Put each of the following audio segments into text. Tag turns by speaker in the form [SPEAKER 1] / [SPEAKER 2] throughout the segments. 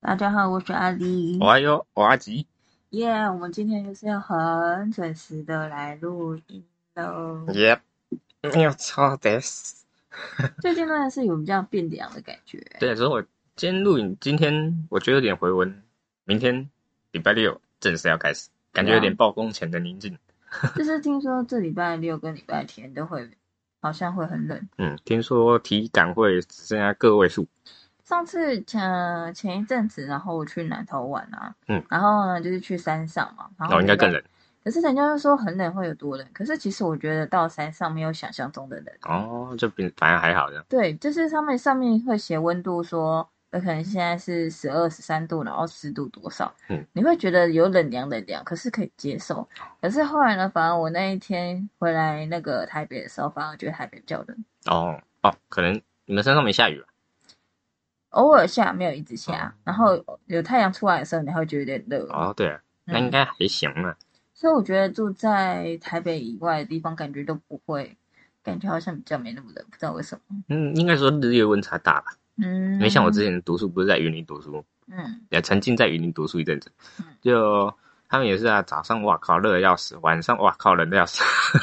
[SPEAKER 1] 大家好，我是阿狸。
[SPEAKER 2] 我还有我阿吉，
[SPEAKER 1] 耶我们今天又是要很准时的来录音 喽。
[SPEAKER 2] 耶，没有错的。
[SPEAKER 1] 最近真的是有这样变凉的感觉。
[SPEAKER 2] 对，所以我今天录影，今天我觉得有点回温，明天礼拜六正式要开始，感觉有点暴风前的宁静。
[SPEAKER 1] 就是听说这礼拜六跟礼拜天都会，好像会很冷。
[SPEAKER 2] 嗯，哦听说体感会只剩下个位数，
[SPEAKER 1] 上次前前一阵子，然后我去南头玩啊，
[SPEAKER 2] 嗯，
[SPEAKER 1] 然后呢就是去山上嘛，然后
[SPEAKER 2] 哦，应该更。冷
[SPEAKER 1] 可是人家就说很冷会有多冷，可是其实我觉得到山上没有想象中的冷。
[SPEAKER 2] 哦，就比反正还好这样。
[SPEAKER 1] 对，就是上面上面会写温度说，呃，可能现在是十二、十三度，然后湿度多少，
[SPEAKER 2] 嗯，
[SPEAKER 1] 你会觉得有冷凉冷凉，可是可以接受。可是后来呢，反而我那一天回来那个台北的时候，反而觉得台北比较冷，
[SPEAKER 2] 哦哦，可能你们山上没下雨吧？啊
[SPEAKER 1] 偶尔下没有一直下，然后有太阳出来的时候，你还会觉得有点热。
[SPEAKER 2] 哦，对啊，那
[SPEAKER 1] 嗯
[SPEAKER 2] 应该还行啊。
[SPEAKER 1] 所以我觉得住在台北以外的地方，感觉都不会，感觉好像比较没那么冷，不知道为什么。
[SPEAKER 2] 嗯，应该说日夜温差大吧？
[SPEAKER 1] 嗯，
[SPEAKER 2] 因为像我之，前读书不是在云林读书，
[SPEAKER 1] 嗯
[SPEAKER 2] 也曾经在云林读书一阵子
[SPEAKER 1] 嗯，
[SPEAKER 2] 就他们也是啊，早上哇靠热的要死，晚上哇靠冷的要死。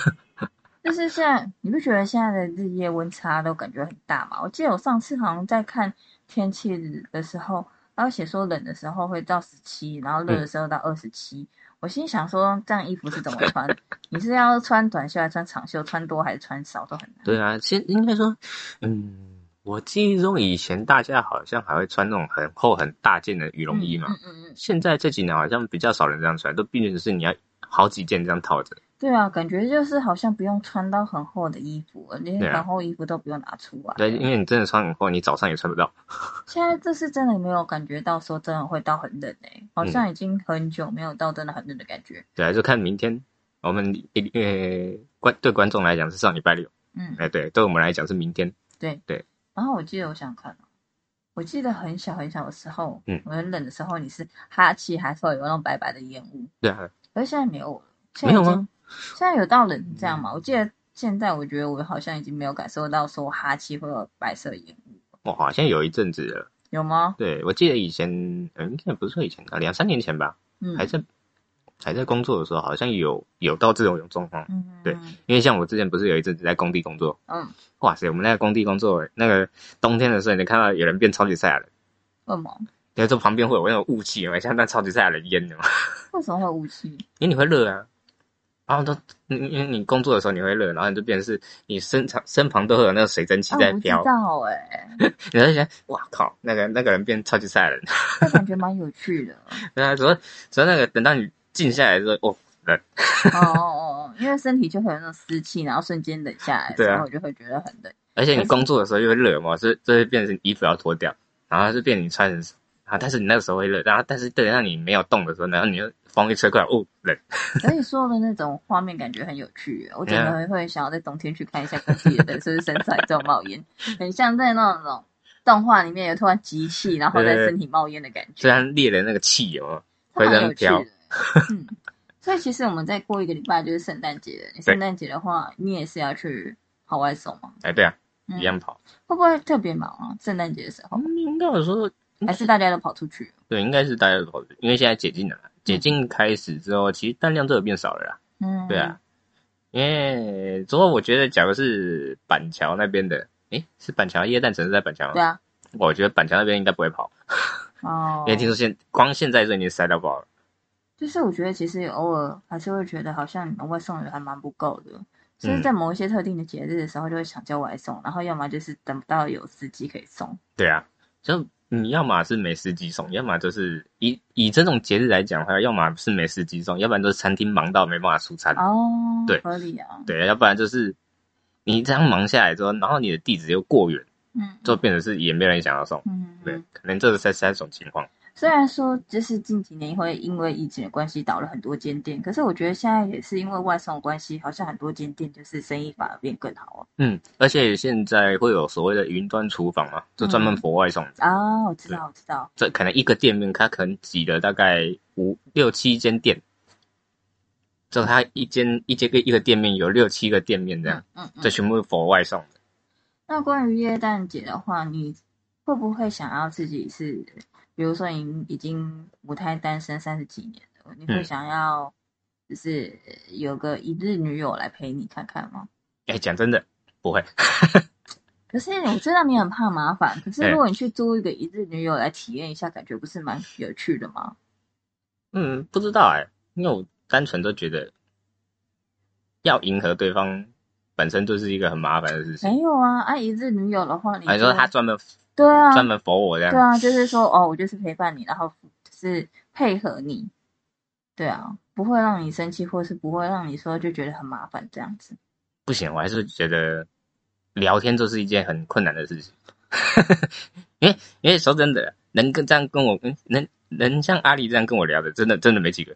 [SPEAKER 1] 就是现在，你不觉得现在的日夜温差都感觉很大吗？我记得我上次好像在看天气的时候，然后写说冷的时候会到十七，然后热的时候到二十七。我心想说，这样衣服是怎么穿？ 你是要穿短袖，还是穿长袖？穿多还是穿少都很难。
[SPEAKER 2] 对啊，现应该说，嗯，我记忆中以前大家好像还会穿那种很厚很大件的羽绒衣嘛，
[SPEAKER 1] 嗯嗯嗯嗯，
[SPEAKER 2] 现在这几年好像比较少人这样穿，都变成是你要好几件这样套着。
[SPEAKER 1] 对啊，感觉就是好像不用穿到很厚的衣服，连
[SPEAKER 2] 对啊
[SPEAKER 1] 很厚衣服都不用拿出来。
[SPEAKER 2] 对，因为你真的穿很厚，你早上也穿不到。
[SPEAKER 1] 现在这次真的没有感觉到说真的会到很冷诶、
[SPEAKER 2] 嗯
[SPEAKER 1] 好像已经很久没有到真的很冷的感觉。
[SPEAKER 2] 对啊，就看明天我们呃观对观众来讲是上礼拜六，
[SPEAKER 1] 嗯，
[SPEAKER 2] 哎，对，对我们来讲是明天。
[SPEAKER 1] 对
[SPEAKER 2] 对。
[SPEAKER 1] 然后我记得，我想看，哦我记得很小很小的时候，
[SPEAKER 2] 嗯
[SPEAKER 1] 我很冷的时候，你是哈气还是会有那种白白的烟雾，
[SPEAKER 2] 对啊，
[SPEAKER 1] 可是现在没有了，现
[SPEAKER 2] 没
[SPEAKER 1] 在
[SPEAKER 2] 有
[SPEAKER 1] 已
[SPEAKER 2] 吗嗯
[SPEAKER 1] 经 现在有到冷成这样嘛？我记得现在我觉得我好像已经没有感受到说哈气会有白色的烟雾，
[SPEAKER 2] 哇，好像有一阵子了。
[SPEAKER 1] 有吗？
[SPEAKER 2] 对，我记得以前，嗯，应该不是说以前啊，两三年前吧，
[SPEAKER 1] 嗯，
[SPEAKER 2] 还在还在工作的时候，好像有有到这种状况。
[SPEAKER 1] 嗯，
[SPEAKER 2] 对因为像我之前不是有一阵子在工地工作，
[SPEAKER 1] 嗯，
[SPEAKER 2] 哇塞，我们那个工地工作，那个冬天的时候，你看到有人变超级赛亚人，
[SPEAKER 1] 为什么？
[SPEAKER 2] 然后这旁边会有那种雾气，有像那超级赛亚人烟的嘛，
[SPEAKER 1] 为什么会有雾气？
[SPEAKER 2] 因为你会热啊。然后都，因因为你工作的时候你会热，然后你就变成是你身长身旁都会有那个水蒸气
[SPEAKER 1] 啊，
[SPEAKER 2] 在
[SPEAKER 1] 我不知
[SPEAKER 2] 飘，
[SPEAKER 1] 道哎、
[SPEAKER 2] 你会想，哇靠，那个那个人变超级赛亚人，
[SPEAKER 1] 但感觉蛮有趣的。
[SPEAKER 2] 然后主要主要那个等到你静下来之后，哦，冷，
[SPEAKER 1] 哦哦哦，因为身体就会有那种湿气，然后瞬间冷下来的时候，
[SPEAKER 2] 对啊
[SPEAKER 1] 然后我就会觉得很冷。
[SPEAKER 2] 而且你工作的时候又会热嘛，所以就会变成衣服要脱掉，然后就变成你穿成，啊，但是你那个时候会热，然后但是等到你没有动的时候，然后你就风一吹过来，哦，冷，
[SPEAKER 1] 而你说的那种画面感觉很有趣耶，我整
[SPEAKER 2] Yeah
[SPEAKER 1] 个人会想要在冬天去看一下工地的人是不是身上在冒烟，很像在那种动画里面有突然集气，然后在身体冒烟的感
[SPEAKER 2] 虽
[SPEAKER 1] 觉，
[SPEAKER 2] 然裂了那个气有没有
[SPEAKER 1] 它
[SPEAKER 2] 啊
[SPEAKER 1] 蛮
[SPEAKER 2] 会这
[SPEAKER 1] 有
[SPEAKER 2] 样
[SPEAKER 1] 趣的
[SPEAKER 2] 飘
[SPEAKER 1] 耶。嗯，所以其实我们再过一个礼拜就是圣诞节了。你
[SPEAKER 2] 对
[SPEAKER 1] 圣诞节的话，你也是要去跑外送吗？
[SPEAKER 2] 哎，对啊，
[SPEAKER 1] 嗯
[SPEAKER 2] 一，样跑。
[SPEAKER 1] 会不会特别忙啊？圣诞节的时候，
[SPEAKER 2] 嗯，应该我说，
[SPEAKER 1] 还是大家都跑出去？
[SPEAKER 2] 对，应该是大家都跑的，因为现在解禁了嘛，解禁开始之后，其实单量就有变少了啦。
[SPEAKER 1] 嗯，
[SPEAKER 2] 对啊，，因为之后我觉得，假如是板桥那边的，诶，是板桥夜诞城是在板桥吗？
[SPEAKER 1] 对啊，
[SPEAKER 2] 我觉得板桥那边应该不会跑，
[SPEAKER 1] 哦
[SPEAKER 2] 因，为听说现光现在就已经塞到爆了。
[SPEAKER 1] 就是我觉得其实偶尔还是会觉得好像你们外送的还蛮不够的，就是
[SPEAKER 2] 嗯
[SPEAKER 1] 在某一些特定的节日的时候就会想叫外送，然后要么就是等不到有司机可以送。
[SPEAKER 2] 对啊，就你要么是没司机送，要么就是以以这种节日来讲的话，要么是没司机送，要不然就是餐厅忙到没办法出餐。
[SPEAKER 1] 哦，
[SPEAKER 2] 对
[SPEAKER 1] 合理啊，
[SPEAKER 2] 对，要不然就是你这样忙下来之后，然后你的地址又过远，
[SPEAKER 1] 嗯，
[SPEAKER 2] 就变成是也没有人想要送。
[SPEAKER 1] 嗯，
[SPEAKER 2] 对，可能这是三三种情况。
[SPEAKER 1] 虽然说就是近几年会因为疫情的关系倒了很多间店，可是我觉得现在也是因为外送的关系，好像很多间店就是生意反而变更好哦
[SPEAKER 2] 嗯，而且现在会有所谓的云端厨房嘛，就专门佛外送的。
[SPEAKER 1] 啊。啊，我知道，我知道，
[SPEAKER 2] 这可能一个店面，它可能挤了大概五六七间店，就它一间一间个一个店面有六七个店面这样
[SPEAKER 1] 嗯，嗯嗯
[SPEAKER 2] 这全部是佛外送的。
[SPEAKER 1] 那关于耶诞节的话，你会不会想要自己是，比如说你已经母胎单身三十几年了，你会
[SPEAKER 2] 嗯
[SPEAKER 1] 想要就是有个一日女友来陪你看看吗？
[SPEAKER 2] 哎、讲真的，不会，
[SPEAKER 1] 可是我知道你很怕麻烦，可是
[SPEAKER 2] 哎
[SPEAKER 1] 如果你去租一个一日女友来体验一下，感觉不是蛮有趣的吗？
[SPEAKER 2] 嗯，不知道哎、因为我单纯都觉得要迎合对方本身就是一个很麻烦的事情。
[SPEAKER 1] 没有啊，啊一日女友的话你
[SPEAKER 2] 啊
[SPEAKER 1] 就，
[SPEAKER 2] 你说他专门
[SPEAKER 1] 对啊，
[SPEAKER 2] 专门否我这样
[SPEAKER 1] 对，啊，就是说哦，我就是陪伴你，然后就是配合你，对啊，不会让你生气，或是不会让你说就觉得很麻烦这样子。
[SPEAKER 2] 不行，我还是觉得聊天就是一件很困难的事情。 因为因为说真的，能跟这样跟我，嗯能能像阿丽这样跟我聊的，真的真的没几个。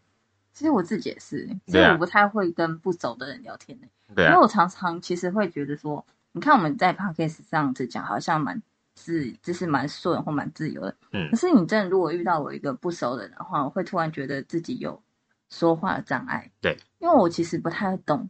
[SPEAKER 1] 其实我自己也是，其实
[SPEAKER 2] 对啊
[SPEAKER 1] 我不太会跟不熟的人聊天的、
[SPEAKER 2] 对
[SPEAKER 1] 因
[SPEAKER 2] 啊
[SPEAKER 1] 为，我常常其实会觉得说，你看我们在 podcast 这样子讲，好像蛮自，就是蛮顺或蛮自由的。
[SPEAKER 2] 嗯
[SPEAKER 1] 可是你真的如果遇到我一个不熟的人的话，我会突然觉得自己有说话的障碍。
[SPEAKER 2] 对，
[SPEAKER 1] 因为我其实不太懂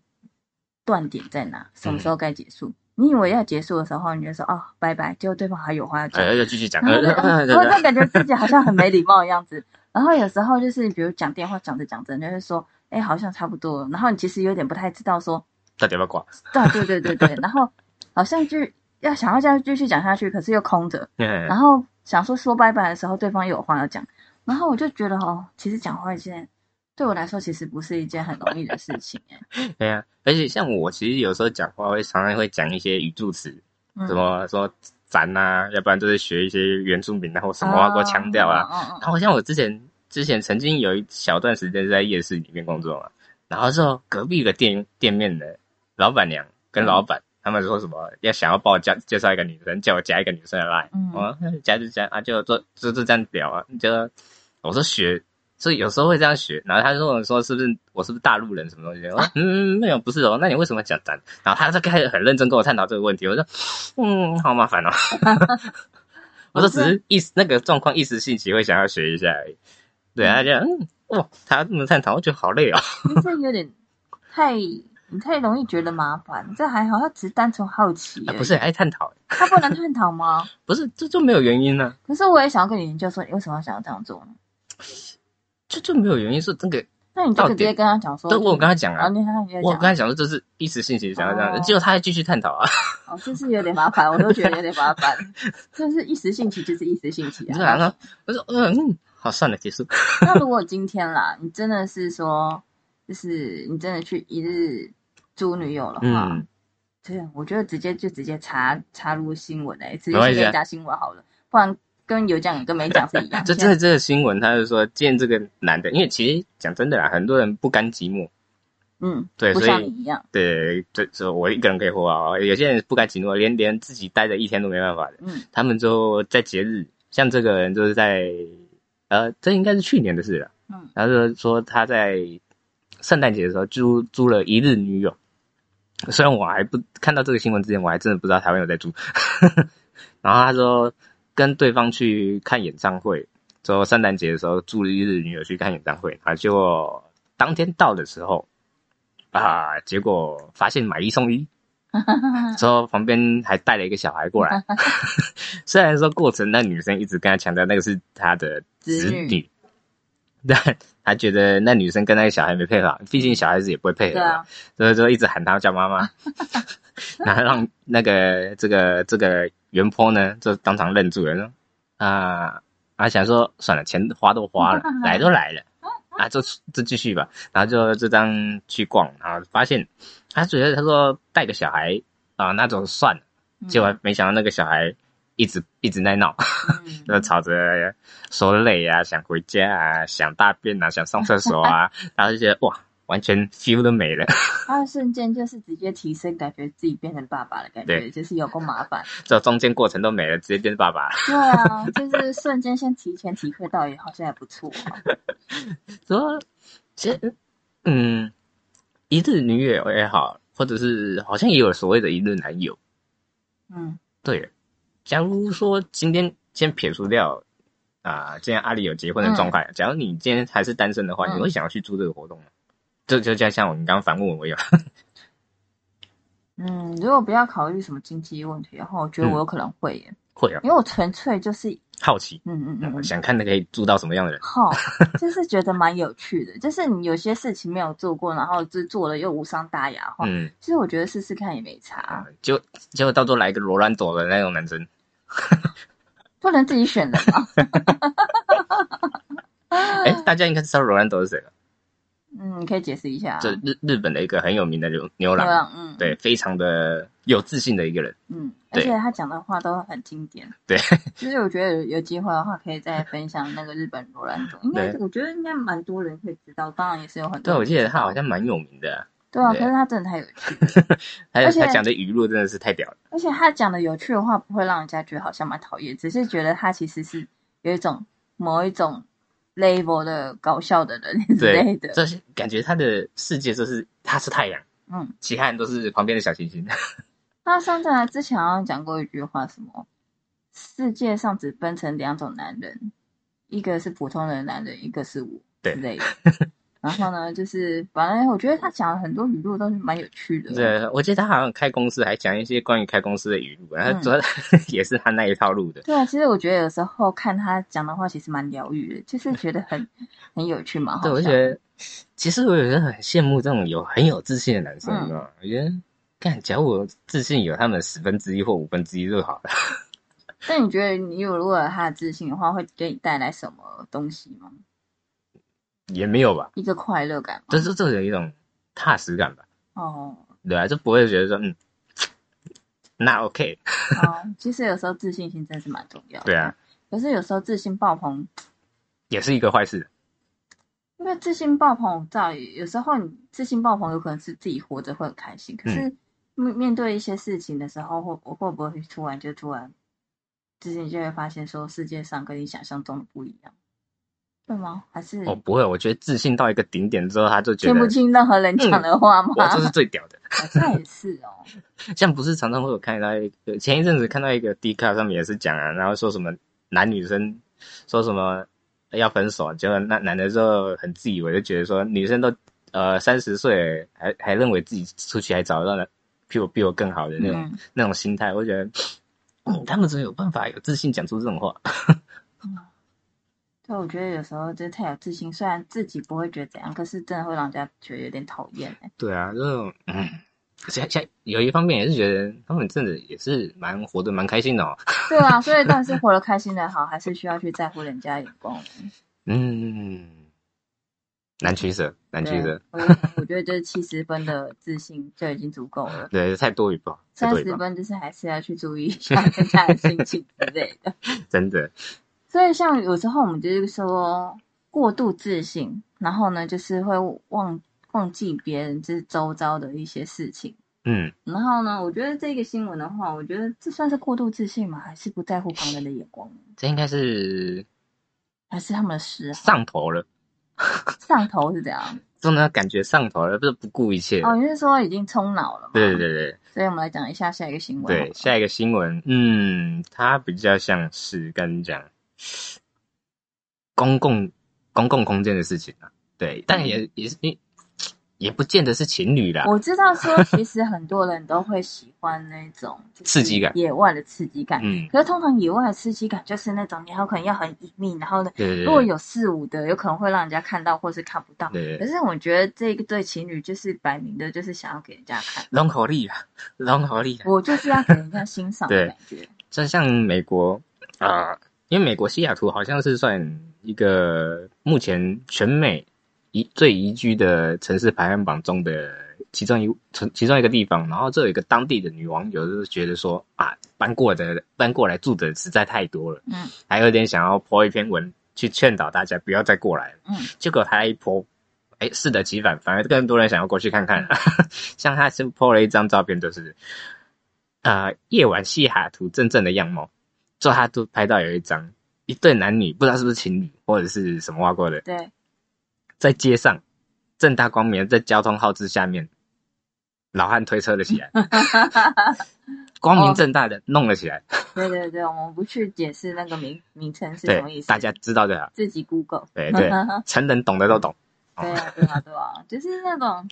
[SPEAKER 1] 断点在
[SPEAKER 2] 嗯
[SPEAKER 1] 哪，什么时候该结束。你以为要结束的时候，你就说哦拜拜，结果对方还有话要讲。
[SPEAKER 2] 呃，要继续讲，
[SPEAKER 1] 然后就
[SPEAKER 2] 呃
[SPEAKER 1] 然后就感觉自己好像很没礼貌的样子。然后有时候就是，比如讲电话讲着讲着，你就会说，哎、好像差不多了。然后你其实有点不太知道说，
[SPEAKER 2] 到底要不要挂？
[SPEAKER 1] 啊对对对对对。然后好像就要想要这样继续讲下去，可是又空着。
[SPEAKER 2] 嗯
[SPEAKER 1] 然后想说说拜拜的时候，对方又有话要讲。然后我就觉得哦，其实讲话一件对我来说其实不是一件很容易的事情、哎，
[SPEAKER 2] 对啊，而且像我其实有时候讲话会常常会讲一些语助词，
[SPEAKER 1] 嗯
[SPEAKER 2] 什么说咱啊，要不然就是学一些原住民啊 或什
[SPEAKER 1] 哦
[SPEAKER 2] 么啊，或腔调啊。，
[SPEAKER 1] 嗯嗯嗯
[SPEAKER 2] 然后像我之前之前曾经有一小段时间是在夜市里面工作嘛，然后之后隔壁的店店面的老板娘跟老板、他们说什么要想要帮我加介绍一个女生，叫我加一个女生的 line，
[SPEAKER 1] 嗯
[SPEAKER 2] 我说嗯加就加啊，就就就就这样聊啊，就我说学。所以有时候会这样学，然后他就问我说：“是不是我是不是大陆人什么东西？”我说：“嗯，没有，不是哦。那你为什么讲咱？”然后他就开始很认真跟我探讨这个问题。我说：“嗯，好麻烦哦。” 我说只是啊一时那个状况一时兴起会想要学一下而已。对啊，他就嗯，哇，他这么探讨，我觉得好累哦。
[SPEAKER 1] 你这嗯有点太，你太容易觉得麻烦。这还好，他只是单纯好奇、欸
[SPEAKER 2] 啊不，是还探讨，
[SPEAKER 1] 他不能探讨吗？
[SPEAKER 2] 不是这就没有原因啊呢、
[SPEAKER 1] 可是我也想要跟你研究说，你为什么要想要这样做呢？
[SPEAKER 2] 这就没有原因是这个。
[SPEAKER 1] 那你就
[SPEAKER 2] 到
[SPEAKER 1] 直
[SPEAKER 2] 底
[SPEAKER 1] 接跟他讲说，
[SPEAKER 2] 但我有跟他讲
[SPEAKER 1] 啊，
[SPEAKER 2] 啊，
[SPEAKER 1] 你看你就
[SPEAKER 2] 我有
[SPEAKER 1] 讲
[SPEAKER 2] 跟他讲说这是一时兴起想要这
[SPEAKER 1] 哦
[SPEAKER 2] 样，结果他还继续探讨 啊。
[SPEAKER 1] 哦，这是有点麻烦，我都觉得有点麻烦， 就是一时兴起就是一时兴起
[SPEAKER 2] 对
[SPEAKER 1] 啊
[SPEAKER 2] 啊，。然后我说嗯嗯，好，算了，结束。
[SPEAKER 1] 那如果今天啦，你真的是说，就是你真的去一日租女友的话，
[SPEAKER 2] 嗯，
[SPEAKER 1] 对，啊我觉得直接就直接插插入新闻哎、直接
[SPEAKER 2] 没关系啊
[SPEAKER 1] 先加新闻好了，不然跟有讲跟没讲是一样。
[SPEAKER 2] 这这这个新闻，他就说见这个男的，因为其实讲真的啦，很多人不甘寂寞，
[SPEAKER 1] 嗯，
[SPEAKER 2] 对，
[SPEAKER 1] 不
[SPEAKER 2] 所
[SPEAKER 1] 像你
[SPEAKER 2] 以
[SPEAKER 1] 一样，
[SPEAKER 2] 对，这这我一个人可以活啊。有些人不甘寂寞，连连自己待着一天都没办法的。
[SPEAKER 1] 嗯
[SPEAKER 2] 他们就在节日，像这个人就是在呃，这应该是去年的事了。
[SPEAKER 1] 嗯，
[SPEAKER 2] 然后就说他在圣诞节的时候租租了一日女友，虽然我还不看到这个新闻之前，我还真的不知道台湾有在租。 然后他说跟对方去看演唱会，之后圣诞节的时候租了一日女友去看演唱会，啊，结果当天到的时候啊，结果发现买一送一，之后旁边还带了一个小孩过来。虽然说过程那女生一直跟他强调那个是他的子
[SPEAKER 1] 子
[SPEAKER 2] 女，但他觉得那女生跟那个小孩没配合好，毕竟小孩子也不会配合
[SPEAKER 1] 对
[SPEAKER 2] 嘛
[SPEAKER 1] 啊，，
[SPEAKER 2] 所以就一直喊他叫妈妈，然后让那个这个这个袁坡呢就当场愣住了，说啊啊想说算了，钱花都花了，来都来了。啊，就就继续吧，然后就就这样去逛，然后发现他觉得他说带个小孩啊，那就算了。
[SPEAKER 1] 嗯
[SPEAKER 2] 结果没想到那个小孩一直一直在闹，
[SPEAKER 1] 嗯
[SPEAKER 2] 就吵着说累啊，想回家啊，想大便啊，想上厕 所啊，然后就觉得哇，完全 feel 都没了。
[SPEAKER 1] 他的瞬间就是直接提升，感觉自己变成爸爸的感觉，
[SPEAKER 2] 对
[SPEAKER 1] 就是有够麻烦。
[SPEAKER 2] 这中间过程都没了，直接变爸爸。
[SPEAKER 1] 对啊，就是瞬间先提前体会到，也好像还不错、啊。
[SPEAKER 2] 说其实，嗯，一日女友也好，或者是好像也有所谓的一日男友。
[SPEAKER 1] 嗯，
[SPEAKER 2] 对，假如说今天先撇除掉啊、既然阿里有结婚的状态，假如你今天还是单身的话，
[SPEAKER 1] 嗯
[SPEAKER 2] 你会想要去做这个活动吗？就就像像我你刚刚反问我一样，嗯
[SPEAKER 1] 嗯，如果不要考虑什么经济问题的话，我觉得我有可能会耶。
[SPEAKER 2] 会啊，
[SPEAKER 1] 因为我纯粹就是，
[SPEAKER 2] 好奇，
[SPEAKER 1] 嗯嗯嗯，嗯
[SPEAKER 2] 想看那可以住到什么样的人。
[SPEAKER 1] 好，就是觉得蛮有趣的。就是你有些事情没有做过，然后就做了又无伤大雅的话，
[SPEAKER 2] 嗯，
[SPEAKER 1] 其实我觉得试试看也没差，啊
[SPEAKER 2] 结果结果到最后来一个罗兰朵的那种男生，
[SPEAKER 1] 不能自己选人嘛。啊
[SPEAKER 2] 哎、大家应该知道罗兰朵是谁吧？
[SPEAKER 1] 嗯，你可以解释一下。
[SPEAKER 2] 这日日本的一个很有名的牛
[SPEAKER 1] 流
[SPEAKER 2] 牛郎，
[SPEAKER 1] 浪，嗯，，
[SPEAKER 2] 对，非常的有自信的一个人。
[SPEAKER 1] 嗯，而
[SPEAKER 2] 对
[SPEAKER 1] 且他讲的话都很经典。
[SPEAKER 2] 对，
[SPEAKER 1] 就是我觉得有有机会的话，可以再分享那个日本罗兰种，应该
[SPEAKER 2] 对
[SPEAKER 1] 我觉得应该蛮多人会知道，当然也是有很多
[SPEAKER 2] 对，
[SPEAKER 1] 人
[SPEAKER 2] 我记得他好
[SPEAKER 1] 不知道
[SPEAKER 2] 像蛮有名的、啊，
[SPEAKER 1] 对啊，
[SPEAKER 2] 对
[SPEAKER 1] 可是他真的太有趣了，
[SPEAKER 2] 他
[SPEAKER 1] 而且
[SPEAKER 2] 他讲的语录真的是太屌了。
[SPEAKER 1] 而且他讲的有趣的话不会让人家觉得好像蛮讨厌，只是觉得他其实是有一种某一种 level 的搞笑的人之类
[SPEAKER 2] 对，
[SPEAKER 1] 的，
[SPEAKER 2] 这是感觉他的世界就是他是太阳，
[SPEAKER 1] 嗯。啊
[SPEAKER 2] 其他人都是旁边的小行星。
[SPEAKER 1] 他上次来之前好像讲过一句话，什么世界上只分成两种男人，一个是普通的男人，一个是我之
[SPEAKER 2] 对
[SPEAKER 1] 类 的。然后呢，就是反正我觉得他讲的很多语录都是蛮有趣的。，哦
[SPEAKER 2] 对，我记得他好像开公司还讲一些关于开公司的语录，然
[SPEAKER 1] 嗯
[SPEAKER 2] 后主要 也是他那一套路的。
[SPEAKER 1] 对啊，其实我觉得有时候看他讲的话，其实蛮疗愈的，就是觉得很很有趣嘛。
[SPEAKER 2] 对，我就觉得，其实我有时候很羡慕这种有很有自信的男生，
[SPEAKER 1] 嗯
[SPEAKER 2] 你知道吗？我觉得，干，假如我自信有他们十分之一或五分之一就好了。
[SPEAKER 1] 那你觉得你有如果有他的自信的话，会给你带来什么东西吗？
[SPEAKER 2] 也没有吧，
[SPEAKER 1] 一个快乐感吗？
[SPEAKER 2] 但是这有一种踏实感吧，
[SPEAKER 1] 哦，
[SPEAKER 2] 对啊，就不会觉得说，嗯，那 OK，
[SPEAKER 1] 哦，其实有时候自信心真的是蛮重要的。
[SPEAKER 2] 对啊，
[SPEAKER 1] 可是有时候自信爆棚，
[SPEAKER 2] 也是一个坏事。
[SPEAKER 1] 因为自信爆棚，我知道有时候你自信爆棚，有可能是自己活着会很开心，可
[SPEAKER 2] 嗯
[SPEAKER 1] 是面面对一些事情的时候，会我会不会突然就突然，就是你就会发现说世界上跟你想象中的不一样，对吗？还是
[SPEAKER 2] 我、哦不会，我觉得自信到一个顶点之后，他就
[SPEAKER 1] 嗯
[SPEAKER 2] 觉
[SPEAKER 1] 听
[SPEAKER 2] 得
[SPEAKER 1] 不清任何人讲的话吗？
[SPEAKER 2] 嗯我这是最屌的。
[SPEAKER 1] 好像也是 哦，
[SPEAKER 2] 像不是常常会有看到一个，前一阵子看到一个 D 卡上面也是讲啊，然后说什么男女生说什么要分手，结果那男的就很自以为，就觉得说女生都呃三十岁了还还认为自己出去还找得到男比我比我更好的那种、
[SPEAKER 1] 嗯
[SPEAKER 2] 那种心态，我觉得、嗯他们怎么有办法有自信讲出这种话？
[SPEAKER 1] 对，我觉得有时候就是太有自信，虽然自己不会觉得怎样，可是真的会让人家觉得有点讨厌、欸、
[SPEAKER 2] 对啊，这种嗯。像像有一方面也是觉得他们真的也是蛮活得蛮开心的哦，
[SPEAKER 1] 对啊，所以到底是活得开心的好，还是需要去在乎人家的眼光？
[SPEAKER 2] 嗯，难取舍，难取舍，
[SPEAKER 1] 对，。我觉得我觉得这七十分的自信就已经足够了
[SPEAKER 2] 对，太多与不好， 太
[SPEAKER 1] 三
[SPEAKER 2] 多与不
[SPEAKER 1] 十
[SPEAKER 2] 好，
[SPEAKER 1] 分就是还是要去注意一下人家的心情之类的。
[SPEAKER 2] 真的，
[SPEAKER 1] 所以像有时候我们就是说过度自信，然后呢就是会忘忘记别人就是周遭的一些事情。
[SPEAKER 2] 嗯，
[SPEAKER 1] 然后呢，我觉得这个新闻的话，我觉得这算是过度自信吗？还是不在乎旁人的眼光？
[SPEAKER 2] 这应该是
[SPEAKER 1] 还是他们的失
[SPEAKER 2] 上头了，
[SPEAKER 1] 上头是这样？
[SPEAKER 2] 真的感觉上头了，不是不顾一切。
[SPEAKER 1] 哦，你是说已经冲脑了吗？
[SPEAKER 2] 对对对
[SPEAKER 1] 所以我们来讲一下下一个新闻好
[SPEAKER 2] 对
[SPEAKER 1] 了。
[SPEAKER 2] 对，下一个新闻，嗯，它比较像是跟你讲公共公共空间的事情啊，对，但也、
[SPEAKER 1] 嗯
[SPEAKER 2] 也是也也不见得是情侣啦，
[SPEAKER 1] 我知道说，其实很多人都会喜欢那种就是
[SPEAKER 2] 刺激感
[SPEAKER 1] 野外的刺激感。
[SPEAKER 2] 嗯，
[SPEAKER 1] 可是通常野外的刺激感就是那种你还有可能要很隐秘，然后呢，
[SPEAKER 2] 对对
[SPEAKER 1] 如果
[SPEAKER 2] 对，
[SPEAKER 1] 有事物的，有可能会让人家看到或是看不到。
[SPEAKER 2] 对
[SPEAKER 1] 可是我觉得这个对情侣就是摆明的，就是想要给人家看，
[SPEAKER 2] 龙口力啊，龙口力啊，
[SPEAKER 1] 我就是要给人家欣赏的
[SPEAKER 2] 对
[SPEAKER 1] 感觉。
[SPEAKER 2] 就像美国啊、呃因为美国西雅图好像是算一个目前全美宜最宜居的城市排行榜中的其中一其其中一个地方。然后这有一个当地的女网友就是觉得说啊，搬过的搬过来住的实在太多了，
[SPEAKER 1] 嗯
[SPEAKER 2] 还有点想要泼一篇文去劝导大家不要再过来了。
[SPEAKER 1] 嗯，
[SPEAKER 2] 结果他一泼，哎，适得其反，反而更多人想要过去 看看。像他是泼了一张照片，就是呃夜晚西雅图真正的样貌，最后他都拍到有一张一对男女，不知道是不是情侣或者是什么挖过的，
[SPEAKER 1] 对，
[SPEAKER 2] 在街上正大光明地在交通号志下面，老汉推车了 起来，光明正大的弄了起来，
[SPEAKER 1] 对对对，我们不去解释那个名名称是什么意
[SPEAKER 2] 对，
[SPEAKER 1] 思，
[SPEAKER 2] 大家知道就好，
[SPEAKER 1] 自己 Google。
[SPEAKER 2] 对对，成人懂的都懂，
[SPEAKER 1] 对啊，对啊，对啊，就是那种，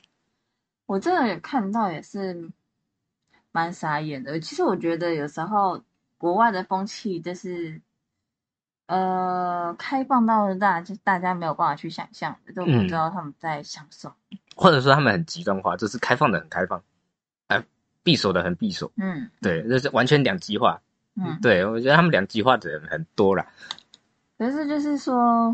[SPEAKER 1] 我真的有看到也是蛮傻眼的。其实我觉得有时候国外的风气就是，呃，开放到大，就大家没有办法去想象的，都不
[SPEAKER 2] 嗯
[SPEAKER 1] 知道他们在想什么。
[SPEAKER 2] 或者说他们很极端化，就是开放的很开放，呃，闭锁的很闭锁，
[SPEAKER 1] 嗯
[SPEAKER 2] 对，就是完全两极化。
[SPEAKER 1] 嗯，
[SPEAKER 2] 对我觉得他们两极化的人很多啦，
[SPEAKER 1] 可是就是说，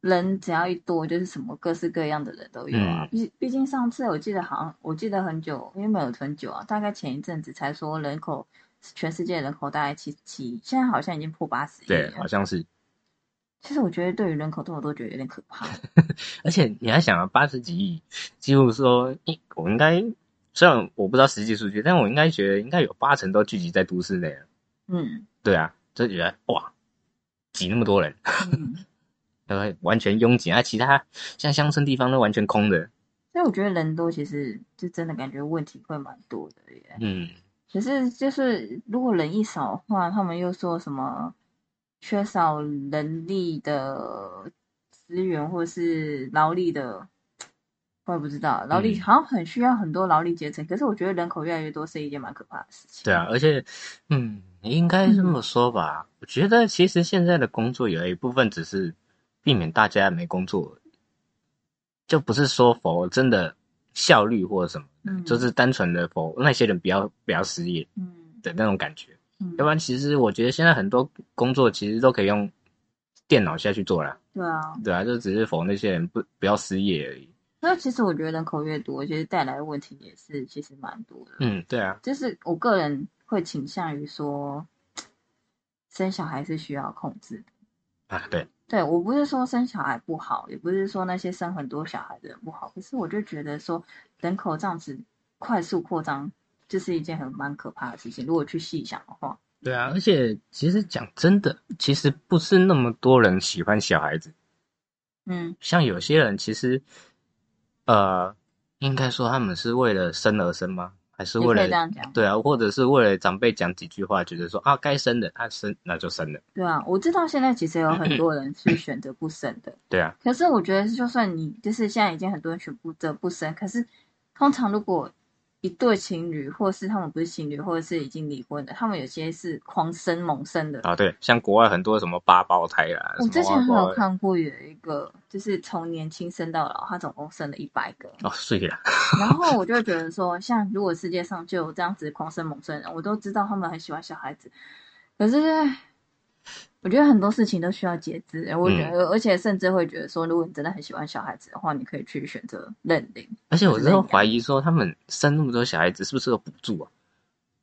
[SPEAKER 1] 人只要一多，就是什么各式各样的人都有啊。
[SPEAKER 2] 嗯
[SPEAKER 1] 毕毕竟上次我记得好像我记得很久，因为没有很久啊，大概前一阵子才说人口全世界人口大概七十七，现在好像已经破八十亿
[SPEAKER 2] 对，
[SPEAKER 1] 了
[SPEAKER 2] 好。像是。
[SPEAKER 1] 其实我觉得对于人口多，我都觉得有点可 怕。
[SPEAKER 2] 而且你还想啊，八十几亿，几乎说一，我应该虽然我不知道实际数据，但我应该觉得应该有八成都聚集在都市内了。
[SPEAKER 1] 嗯
[SPEAKER 2] 对啊，就觉得哇，挤那么多人，
[SPEAKER 1] 嗯，
[SPEAKER 2] 然后完全拥挤啊，其他像乡村地方都完全空的。
[SPEAKER 1] 所以我觉得人多其实就真的感觉问题会蛮多的耶。
[SPEAKER 2] 嗯，
[SPEAKER 1] 可是就是如果人一少的话，他们又说什么缺少人力的资源或是劳力的，我也不知道。劳力
[SPEAKER 2] 嗯
[SPEAKER 1] 好像很需要很多劳力阶层，可是我觉得人口越来越多是一件蛮可怕的事情。
[SPEAKER 2] 对啊，而且，嗯，应该这么说吧，我觉得其实现在的工作有一部分只是避免大家没工作，就不是说否真的效率或者什么。
[SPEAKER 1] 嗯，
[SPEAKER 2] 就是单纯的否那些人不要不要失业
[SPEAKER 1] 嗯
[SPEAKER 2] 的那种感觉。
[SPEAKER 1] 嗯，
[SPEAKER 2] 要不然，其实我觉得现在很多工作其实都可以用电脑下去做啦，
[SPEAKER 1] 对啊。
[SPEAKER 2] 对啊，就只是否那些人不不要失业而已。
[SPEAKER 1] 所以其实我觉得人口越多，其实带来的问题也是其实蛮多的。
[SPEAKER 2] 嗯，对啊，
[SPEAKER 1] 就是我个人会倾向于说，生小孩是需要控制的。
[SPEAKER 2] 啊对，
[SPEAKER 1] 对我不是说生小孩不好，也不是说那些生很多小孩的人不好，可是我就觉得说人口这样子快速扩张，这是一件很蛮可怕的事情。如果去细想的话，
[SPEAKER 2] 对啊，而且其实讲真的，其实不是那么多人喜欢小孩子，
[SPEAKER 1] 嗯
[SPEAKER 2] 像有些人其实，呃，应该说他们是为了生而生吗？还是
[SPEAKER 1] 也
[SPEAKER 2] 为
[SPEAKER 1] 可以这
[SPEAKER 2] 了
[SPEAKER 1] 样讲。
[SPEAKER 2] 对啊，或者是为了长辈讲几句话，觉得说啊该生的，啊生那就生了，
[SPEAKER 1] 对啊，我知道现在其实有很多人是选择不生的，
[SPEAKER 2] 对啊，
[SPEAKER 1] 可是我觉得就算你就是现在已经很多人选择不生，可是通常如果一对情侣，或是他们不是情侣，或者是已经离婚的，他们有些是狂生猛生的，
[SPEAKER 2] 啊，对，像国外很多什么八胞胎啦，
[SPEAKER 1] 我之
[SPEAKER 2] 什
[SPEAKER 1] 前还
[SPEAKER 2] 么八
[SPEAKER 1] 有
[SPEAKER 2] 胞胎
[SPEAKER 1] 看过有一个，就是从年轻生到老，他总共生了一百 个。
[SPEAKER 2] 哦，是呀，
[SPEAKER 1] 然后我就会觉得说，像如果世界上就有这样子狂生猛生的人，我都知道他们很喜欢小孩子，可是就是我觉得很多事情都需要节制。我
[SPEAKER 2] 嗯
[SPEAKER 1] 觉得，而且甚至会觉得说，如果你真的很喜欢小孩子的话，你可以去选择认领。
[SPEAKER 2] 而且我之后怀疑说，他们生那么多小孩子是不是有补助啊？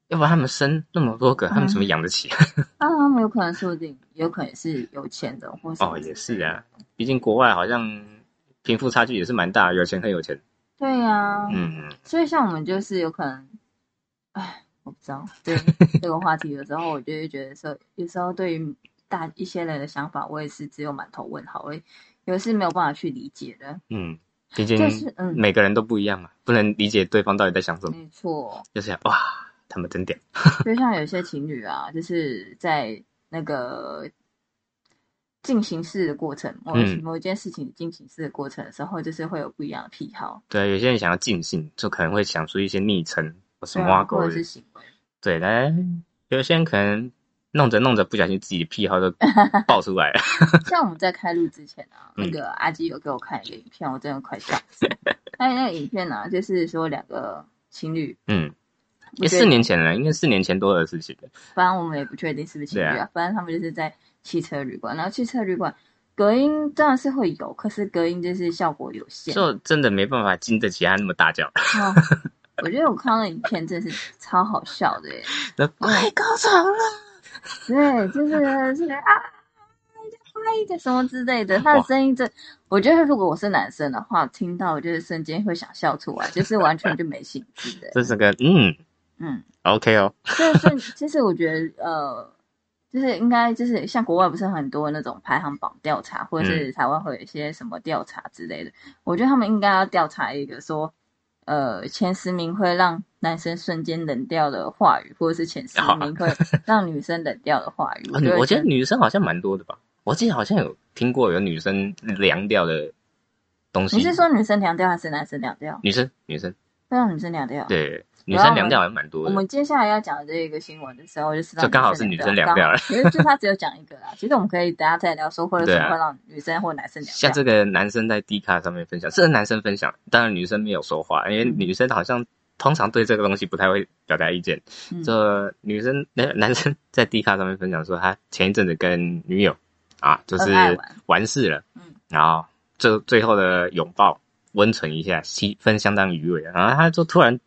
[SPEAKER 2] 要不然他们生那么多个，他们怎么
[SPEAKER 1] 嗯
[SPEAKER 2] 养得起？啊
[SPEAKER 1] 当然，他们有可能是有领，有可能是有钱人或什么
[SPEAKER 2] 哦，
[SPEAKER 1] 之
[SPEAKER 2] 也
[SPEAKER 1] 类
[SPEAKER 2] 是
[SPEAKER 1] 的
[SPEAKER 2] 啊，毕竟国外好像贫富差距也是蛮大，有钱很有钱。
[SPEAKER 1] 对呀、
[SPEAKER 2] 嗯，
[SPEAKER 1] 所以像我们就是有可能，哎，我不知道，对这个话题，有时候我就会觉得说，有时候对于大一些人的想法，我也是只有满头问号，我也有是没有办法去理解的。
[SPEAKER 2] 嗯，毕竟
[SPEAKER 1] 就是嗯
[SPEAKER 2] 每个人都不一样嘛，不能理解对方到底在想什么。
[SPEAKER 1] 没错，
[SPEAKER 2] 就是想哇，他们真屌。
[SPEAKER 1] 就像有些情侣啊，就是在那个进行式的过程，某、
[SPEAKER 2] 嗯
[SPEAKER 1] 某一件事情进行式的过程的时候，就是会有不一样的癖好，
[SPEAKER 2] 对，啊有些人想要尽兴，就可能会想出一些昵称，什
[SPEAKER 1] 对
[SPEAKER 2] 么
[SPEAKER 1] 啊，
[SPEAKER 2] 挖沟
[SPEAKER 1] 或者
[SPEAKER 2] 的
[SPEAKER 1] 是。行为。
[SPEAKER 2] 对，但有些人可能弄着弄着，不小心自己的癖 好就爆出来了。
[SPEAKER 1] 像我们在开录之前啊，
[SPEAKER 2] 嗯
[SPEAKER 1] 那个阿基有给我看一个影片，我真的快笑死。他那个影片呢、就是说两个情侣，
[SPEAKER 2] 嗯，
[SPEAKER 1] 我
[SPEAKER 2] 也
[SPEAKER 1] 觉
[SPEAKER 2] 四
[SPEAKER 1] 得
[SPEAKER 2] 年前了，应该四年前多的事情了。
[SPEAKER 1] 反正我们也不确定是不是情侣
[SPEAKER 2] 对
[SPEAKER 1] 啊，反正他们就是在汽车旅馆，然后汽车旅馆隔音当然是会有，可是隔音就是效果有限。
[SPEAKER 2] 就真的没办法经得起他那么大叫。
[SPEAKER 1] 哦我觉得我看到那影片真的是超好笑的耶，
[SPEAKER 2] 那快高潮了！
[SPEAKER 1] 对，就是就是啊。嗨的什么之类的，他的声音这，我觉得如果我是男生的话，听到我就是瞬间会想笑出来，就是完全就没兴致 的。
[SPEAKER 2] 这是个嗯
[SPEAKER 1] 嗯，
[SPEAKER 2] ，OK 哦，
[SPEAKER 1] 就是其实我觉得呃，就是应该就是像国外不是很多那种排行榜调查，或者
[SPEAKER 2] 嗯
[SPEAKER 1] 是台湾会有一些什么调查之类的，我觉得他们应该要调查一个说。呃，前十名会让男生瞬间冷掉的话语，或者是前十名会让女生冷掉的话语，
[SPEAKER 2] 啊 啊女我
[SPEAKER 1] 我
[SPEAKER 2] 觉得女生好像蛮多的吧，我记得好像有听过有女生凉掉的东西。
[SPEAKER 1] 你是说女生凉掉还是男生凉掉？
[SPEAKER 2] 女生女生
[SPEAKER 1] 会让女生凉掉。，
[SPEAKER 2] 对，女生凉掉还蛮多
[SPEAKER 1] 啊我
[SPEAKER 2] 的。
[SPEAKER 1] 们接下来要讲的这个新闻的时候，就是让
[SPEAKER 2] 就刚好是女生凉掉了
[SPEAKER 1] 刚好。其实就他只有讲一个啦， 其实我们可以等下再聊说，或者
[SPEAKER 2] 对
[SPEAKER 1] 是
[SPEAKER 2] 啊
[SPEAKER 1] 会让女生或男生凉
[SPEAKER 2] 像
[SPEAKER 1] 掉。
[SPEAKER 2] 这个男生在 D 卡上面分享，这个男生分享，当然女生没有说话，因为
[SPEAKER 1] 嗯
[SPEAKER 2] 女生好像通常对这个东西不太会表达意见。
[SPEAKER 1] 嗯
[SPEAKER 2] 这女生男男生在 D 卡上面分享说，他前一阵子跟女友啊，就是
[SPEAKER 1] 恩爱完
[SPEAKER 2] 完事了，
[SPEAKER 1] 嗯，
[SPEAKER 2] 然后最最后的拥抱温存一下，气氛相当愉悦，然后他就突然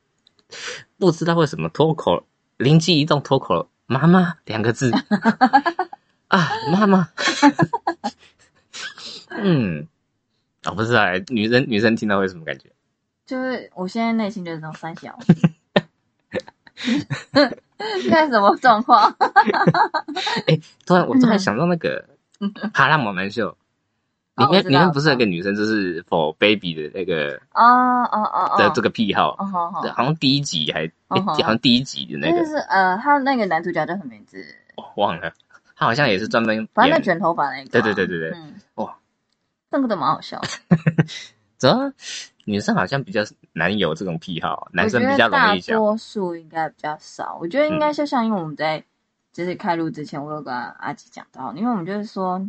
[SPEAKER 2] 不知道为什么脱口灵机一动脱口“妈妈”两 个字啊，妈妈， 嗯，我、不知道、哎女生女生听到会什么感觉？
[SPEAKER 1] 就是我现在内心就是那种三小，看什么状况？
[SPEAKER 2] 突然我突
[SPEAKER 1] 嗯
[SPEAKER 2] 然想到 那个《哈拉摩门秀》
[SPEAKER 1] 哦
[SPEAKER 2] 里面
[SPEAKER 1] 我知道
[SPEAKER 2] 里面不是有个女生就是否 baby 的那个
[SPEAKER 1] 哦哦哦
[SPEAKER 2] 的
[SPEAKER 1] 哦，
[SPEAKER 2] 这个癖好，
[SPEAKER 1] 哦好好
[SPEAKER 2] 对，好像第一集还
[SPEAKER 1] 哦
[SPEAKER 2] 诶
[SPEAKER 1] 好
[SPEAKER 2] 好像第一集的那
[SPEAKER 1] 就
[SPEAKER 2] 个
[SPEAKER 1] 是呃，他那个男主角叫什么名字？
[SPEAKER 2] 我忘了，她好像也是专门
[SPEAKER 1] 反正那
[SPEAKER 2] 演
[SPEAKER 1] 卷头发那个啊。
[SPEAKER 2] 对对对对对
[SPEAKER 1] 嗯，
[SPEAKER 2] 哇，
[SPEAKER 1] 那个都蛮好笑的。
[SPEAKER 2] 怎么女生好像比较难有这种癖好，男生
[SPEAKER 1] 我
[SPEAKER 2] 比
[SPEAKER 1] 觉
[SPEAKER 2] 较
[SPEAKER 1] 得大
[SPEAKER 2] 容易嗯想。
[SPEAKER 1] 多数应该比较少。我觉得应该就像因为我们在就是开录之前，我有跟阿吉讲到，因为我们就是说，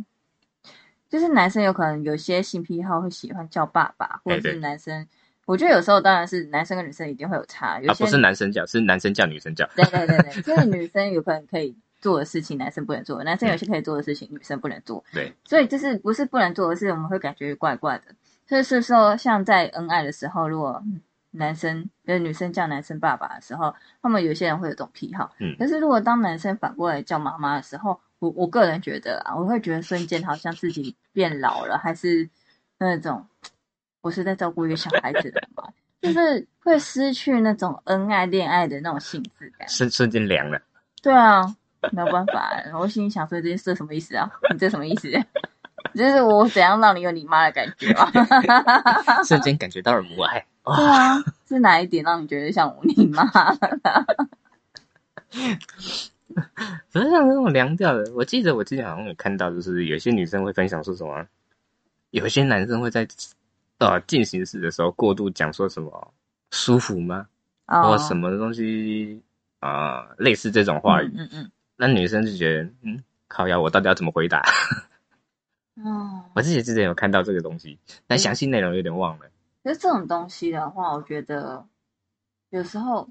[SPEAKER 1] 就是男生有可能有些性癖好会喜欢叫爸爸，或
[SPEAKER 2] 哎
[SPEAKER 1] 者是
[SPEAKER 2] 对
[SPEAKER 1] 男生，我觉得有时候当然是男生跟女生一定会有差，有
[SPEAKER 2] 啊，
[SPEAKER 1] 些、
[SPEAKER 2] 不是男生叫，是男生叫女生叫。
[SPEAKER 1] 对对对对，就是女生有可能可以做的事情，男生不能做；男生有些可以做的事情，女生不能做。
[SPEAKER 2] 嗯对，
[SPEAKER 1] 所以就是不是不能做，而是我们会感觉怪怪的。所以是说，像在恩爱的时候，如果男生就是女生叫男生爸爸的时候，他们有些人会有这种癖好。
[SPEAKER 2] 嗯
[SPEAKER 1] 可是如果当男生反过来叫妈妈的时候，我我个人觉得啊，我会觉得瞬间好像自己变老了，还是那种我是在照顾一个小孩子的妈妈，就是会失去那种恩爱恋爱的那种性质感。
[SPEAKER 2] 瞬瞬间 凉了，
[SPEAKER 1] 对啊，没有办法。 我心里想说，这这什么意思啊？你这什么意思？ 就是我怎样让你有你妈的感觉 啊？
[SPEAKER 2] 瞬间感觉到了母爱。
[SPEAKER 1] 对
[SPEAKER 2] 哇，
[SPEAKER 1] 啊， 是哪一点让你觉得像你妈？
[SPEAKER 2] 不是像那种凉掉的。我记得我之前好像有看到，就是有些女生会分享说什么，有些男生会在呃进行时的时候过度讲说什么舒服吗，
[SPEAKER 1] 哦
[SPEAKER 2] 或什么东西啊、呃类似这种话语，
[SPEAKER 1] 嗯嗯
[SPEAKER 2] 那女生就觉得嗯。靠呀！我到底要怎么回答？
[SPEAKER 1] 嗯。哦，
[SPEAKER 2] 我自己之前有看到这个东西，但
[SPEAKER 1] 嗯
[SPEAKER 2] 详细内容有点忘了。
[SPEAKER 1] 可是这种东西的话，我觉得有时候，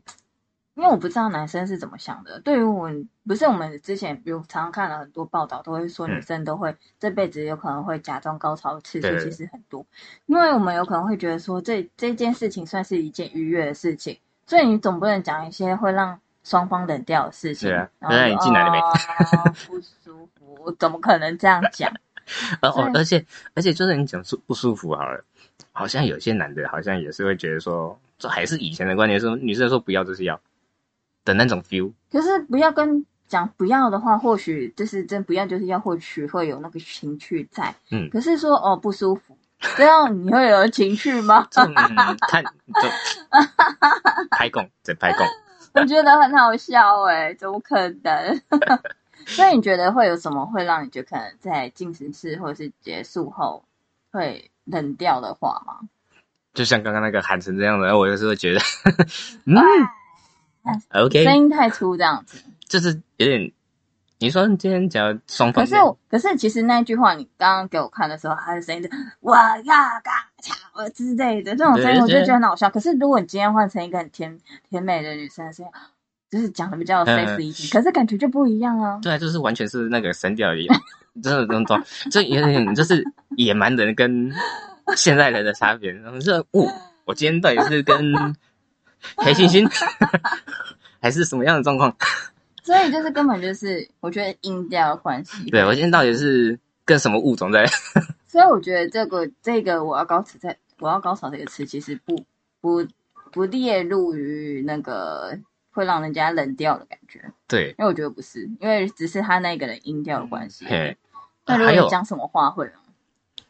[SPEAKER 1] 因为我不知道男生是怎么想的。对于我们，不是我们之前有常常看了很多报道，都会说
[SPEAKER 2] 嗯
[SPEAKER 1] 女生都会、这辈子有可能会假装高潮次
[SPEAKER 2] 对
[SPEAKER 1] 数
[SPEAKER 2] 对对
[SPEAKER 1] 其实很多，因为我们有可能会觉得说这这件事情算是一件愉悦的事情，所以你总不能讲一些会让双方冷掉的事情。
[SPEAKER 2] 对啊
[SPEAKER 1] 然后
[SPEAKER 2] 那你进来了没
[SPEAKER 1] 就哦不舒服，我怎么可能这样讲？
[SPEAKER 2] 而哦，
[SPEAKER 1] 对
[SPEAKER 2] 而且而且，就是你讲舒不舒服好了，好像有些男的，好像也是会觉得说，这还是以前的观念，说女生说不要就是要的那种 feel。
[SPEAKER 1] 可是不要跟讲不要的话，或许就是真不要就是要，或许会有那个情趣在。
[SPEAKER 2] 嗯？
[SPEAKER 1] 可是说哦不舒服，这样你会有情趣吗
[SPEAKER 2] 这种嗯看就拍供，这拍供，
[SPEAKER 1] 我觉得很好笑哎、怎么可能？ 所以你觉得会有什么会让你觉得可能在进行式或者是结束后会冷掉的话吗？
[SPEAKER 2] 就像刚刚那个喊成这样的，我有时候觉得， 嗯，OK，
[SPEAKER 1] 声音太粗这样子。
[SPEAKER 2] 就是有点，你说今天只要双方
[SPEAKER 1] 可
[SPEAKER 2] 面，
[SPEAKER 1] 是我，可是其实那句话你刚刚给我看的时候，他的声音是“我要嘎吵”之类的这种声音，
[SPEAKER 2] 对
[SPEAKER 1] 我就
[SPEAKER 2] 对
[SPEAKER 1] 觉得很好笑。可是如果你今天换成一个很甜甜美的女生的声音，就是讲的比较
[SPEAKER 2] 嗯
[SPEAKER 1] sexy 一点，可是感觉就不一样啊。
[SPEAKER 2] 对啊，就是完全是那个神调而已，真的真的， 这有点就是野蛮人跟现代人的差别。然后这我、我今天到底是跟黑猩猩 还是什么样的状况？
[SPEAKER 1] 所以就是根本就是，我觉得音调的关系。
[SPEAKER 2] 对我今天到底是跟什么物种在？
[SPEAKER 1] 所以我觉得这个这个我要高潮在我要高潮这个词，其实不不不列入于那个会让人家冷掉的感觉，
[SPEAKER 2] 对，
[SPEAKER 1] 因为我觉得不是，因为只是他那个人音调的关系。
[SPEAKER 2] 嘿，啊
[SPEAKER 1] 那如
[SPEAKER 2] 还
[SPEAKER 1] 果
[SPEAKER 2] 有
[SPEAKER 1] 你讲什么话会？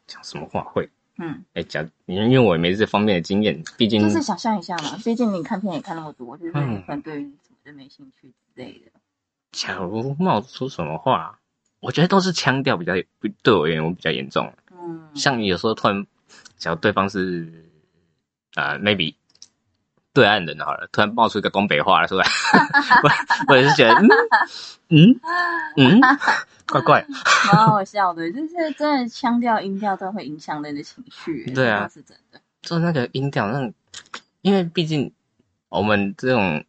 [SPEAKER 2] 讲什么话会？
[SPEAKER 1] 嗯，
[SPEAKER 2] 哎，讲，因为我也没这方面的经验，毕竟
[SPEAKER 1] 就是想象一下嘛，毕竟你看片也看那么多，就是
[SPEAKER 2] 嗯
[SPEAKER 1] 你可能对于什么就没兴趣之类的。
[SPEAKER 2] 假如冒出什么话，我觉得都是腔调比较对我而言我比较严重。
[SPEAKER 1] 嗯，
[SPEAKER 2] 像有时候突然，假如对方是呃 maybe 对岸人好了，突然冒出一个东北话出来， 我我也是觉得嗯嗯 嗯，怪怪。
[SPEAKER 1] 蛮好笑的，就是真的腔调、音调都会影响人的情绪。
[SPEAKER 2] 对啊
[SPEAKER 1] 这个是真的。
[SPEAKER 2] 就那个音调，那种，因为毕竟我们这种，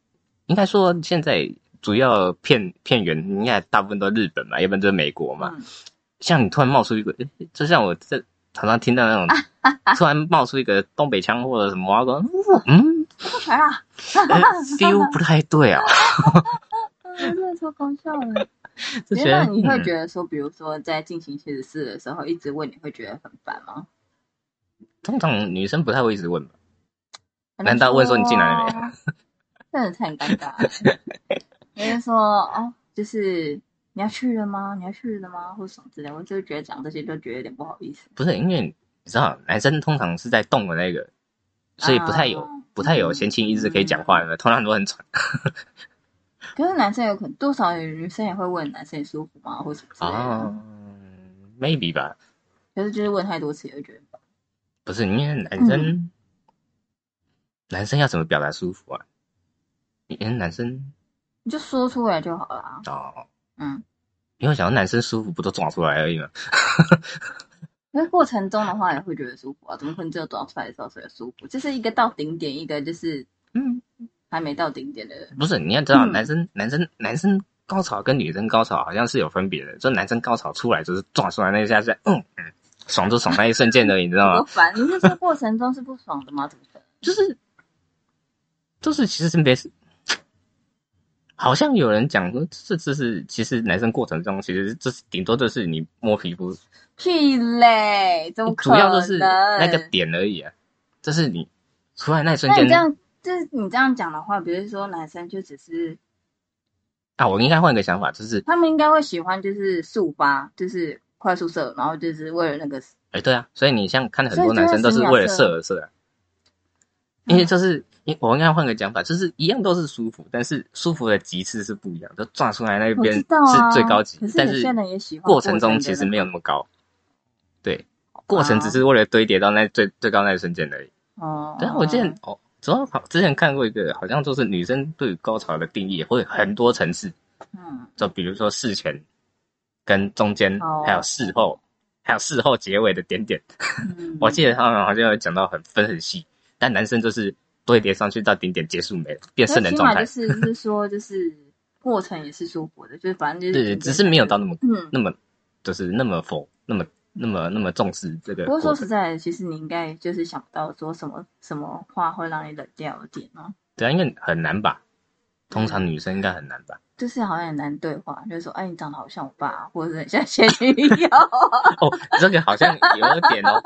[SPEAKER 2] 应该说现在主要片片源应该大部分都日本嘛，要不然就是美国嘛。
[SPEAKER 1] 嗯，
[SPEAKER 2] 像你突然冒出一个，诶就像我这常常听到那种， 突然冒出一个东北腔或者什么，我说 嗯
[SPEAKER 1] 不全啊，
[SPEAKER 2] 呃，feel 不太 对啊，
[SPEAKER 1] 嗯真的超搞笑 的。
[SPEAKER 2] 就觉
[SPEAKER 1] 那
[SPEAKER 2] 得
[SPEAKER 1] 你会
[SPEAKER 2] 嗯
[SPEAKER 1] 觉得说，比如说在进行七十四的时候，一直问你会觉得很烦吗？
[SPEAKER 2] 通常女生不太会一直问吧，难道问说你进来了
[SPEAKER 1] 没？ 真的太尴尬 了。我就说哦，就是你要去了吗？你要去了吗？或者什么之类的，我就觉得讲这些就觉得有点不好意思。
[SPEAKER 2] 不是因为你知道男生通常是在动的那个，所以不太有、
[SPEAKER 1] 啊
[SPEAKER 2] 不太有闲情逸致可以讲话的，通常都很喘。
[SPEAKER 1] 可是男生有可能，多少有女生也会问男生你舒服吗，或什么之类的。
[SPEAKER 2] 哦，maybe 吧，
[SPEAKER 1] 可是就是问太多次，也会觉得烦
[SPEAKER 2] 不是因为男生，男生要怎么表达舒服啊？因为男生
[SPEAKER 1] 你就说出来就好了啊。
[SPEAKER 2] 哦，
[SPEAKER 1] 嗯，
[SPEAKER 2] 因为我想到男生舒服不都撞出来而已嘛。
[SPEAKER 1] 可是过程中的话也会觉得舒服啊，怎么可能只有抓出来的时候才舒服？就是一个到顶点，一个就是
[SPEAKER 2] 嗯，
[SPEAKER 1] 还没到顶点的人。
[SPEAKER 2] 不是，你要知道，
[SPEAKER 1] 嗯
[SPEAKER 2] 男生、男生男生高潮跟女生高潮好像是有分别的，就男生高潮出来就是撞出来那一下是嗯嗯，爽就爽那一瞬间而已，你知道吗
[SPEAKER 1] 多？烦！你是说过程中是不爽的吗？怎么可能？
[SPEAKER 2] 就是就是其实没事。好像有人讲说，这这是其实男生过程中，其实这是顶多就是你摸皮肤，
[SPEAKER 1] 屁嘞，怎么可
[SPEAKER 2] 主
[SPEAKER 1] 能？
[SPEAKER 2] 要就是那个点而已啊。这是你出来那一瞬
[SPEAKER 1] 那
[SPEAKER 2] 间
[SPEAKER 1] 你这样，就是你这样讲的话，比如说男生就只是
[SPEAKER 2] 啊，我应该换个想法，就是
[SPEAKER 1] 他们应该会喜欢就是速发，就是快速射，然后就是为了那个
[SPEAKER 2] 哎、对啊，所以你像看很
[SPEAKER 1] 所以
[SPEAKER 2] 多男
[SPEAKER 1] 就
[SPEAKER 2] 生
[SPEAKER 1] 是
[SPEAKER 2] 都是
[SPEAKER 1] 10秒
[SPEAKER 2] 为了
[SPEAKER 1] 射
[SPEAKER 2] 射而射、啊，因
[SPEAKER 1] 嗯
[SPEAKER 2] 为就是因我应该换个讲法，就是一样都是舒服，但是舒服的极致是不一样，就撞出来那
[SPEAKER 1] 我
[SPEAKER 2] 边
[SPEAKER 1] 知
[SPEAKER 2] 是
[SPEAKER 1] 道啊
[SPEAKER 2] 最高级，
[SPEAKER 1] 可是
[SPEAKER 2] 但
[SPEAKER 1] 有
[SPEAKER 2] 是
[SPEAKER 1] 些人也喜欢
[SPEAKER 2] 过
[SPEAKER 1] 过
[SPEAKER 2] 程
[SPEAKER 1] 程
[SPEAKER 2] 中
[SPEAKER 1] 的
[SPEAKER 2] 其实
[SPEAKER 1] 那啊
[SPEAKER 2] 没有那么高，对，过程只是为了堆叠到那最最高那一瞬间而已。
[SPEAKER 1] 哦。
[SPEAKER 2] 但我之前哦，主要好之前看过一个，好像就是女生对于高潮的定义会有很多层次，
[SPEAKER 1] 嗯，
[SPEAKER 2] 就比如说事前、跟中间
[SPEAKER 1] 哦，
[SPEAKER 2] 还有事后，还有事后结尾的点点。
[SPEAKER 1] 嗯
[SPEAKER 2] 我记得他们好像有讲到很分很细，但男生就是堆叠上去到顶点结束没了，变
[SPEAKER 1] 所
[SPEAKER 2] 圣
[SPEAKER 1] 以
[SPEAKER 2] 人
[SPEAKER 1] 起
[SPEAKER 2] 状
[SPEAKER 1] 码就
[SPEAKER 2] 态。
[SPEAKER 1] 是就是说就是过程也是舒服的，就是反正就是
[SPEAKER 2] 对，只是没有到那么
[SPEAKER 1] 嗯。
[SPEAKER 2] 那么就是那么否那么那么那么重视这个
[SPEAKER 1] 不过
[SPEAKER 2] 过
[SPEAKER 1] 说
[SPEAKER 2] 程。
[SPEAKER 1] 实在的，其实你应该就是想不到说什么什么话会让你冷掉的点哦，
[SPEAKER 2] 对啊，因为很难吧？通常女生应该很难吧？
[SPEAKER 1] 就是好像很难对话，就是说哎你长得好像我爸，啊或者很像 前女友，
[SPEAKER 2] 哦，这个好像有一点哦，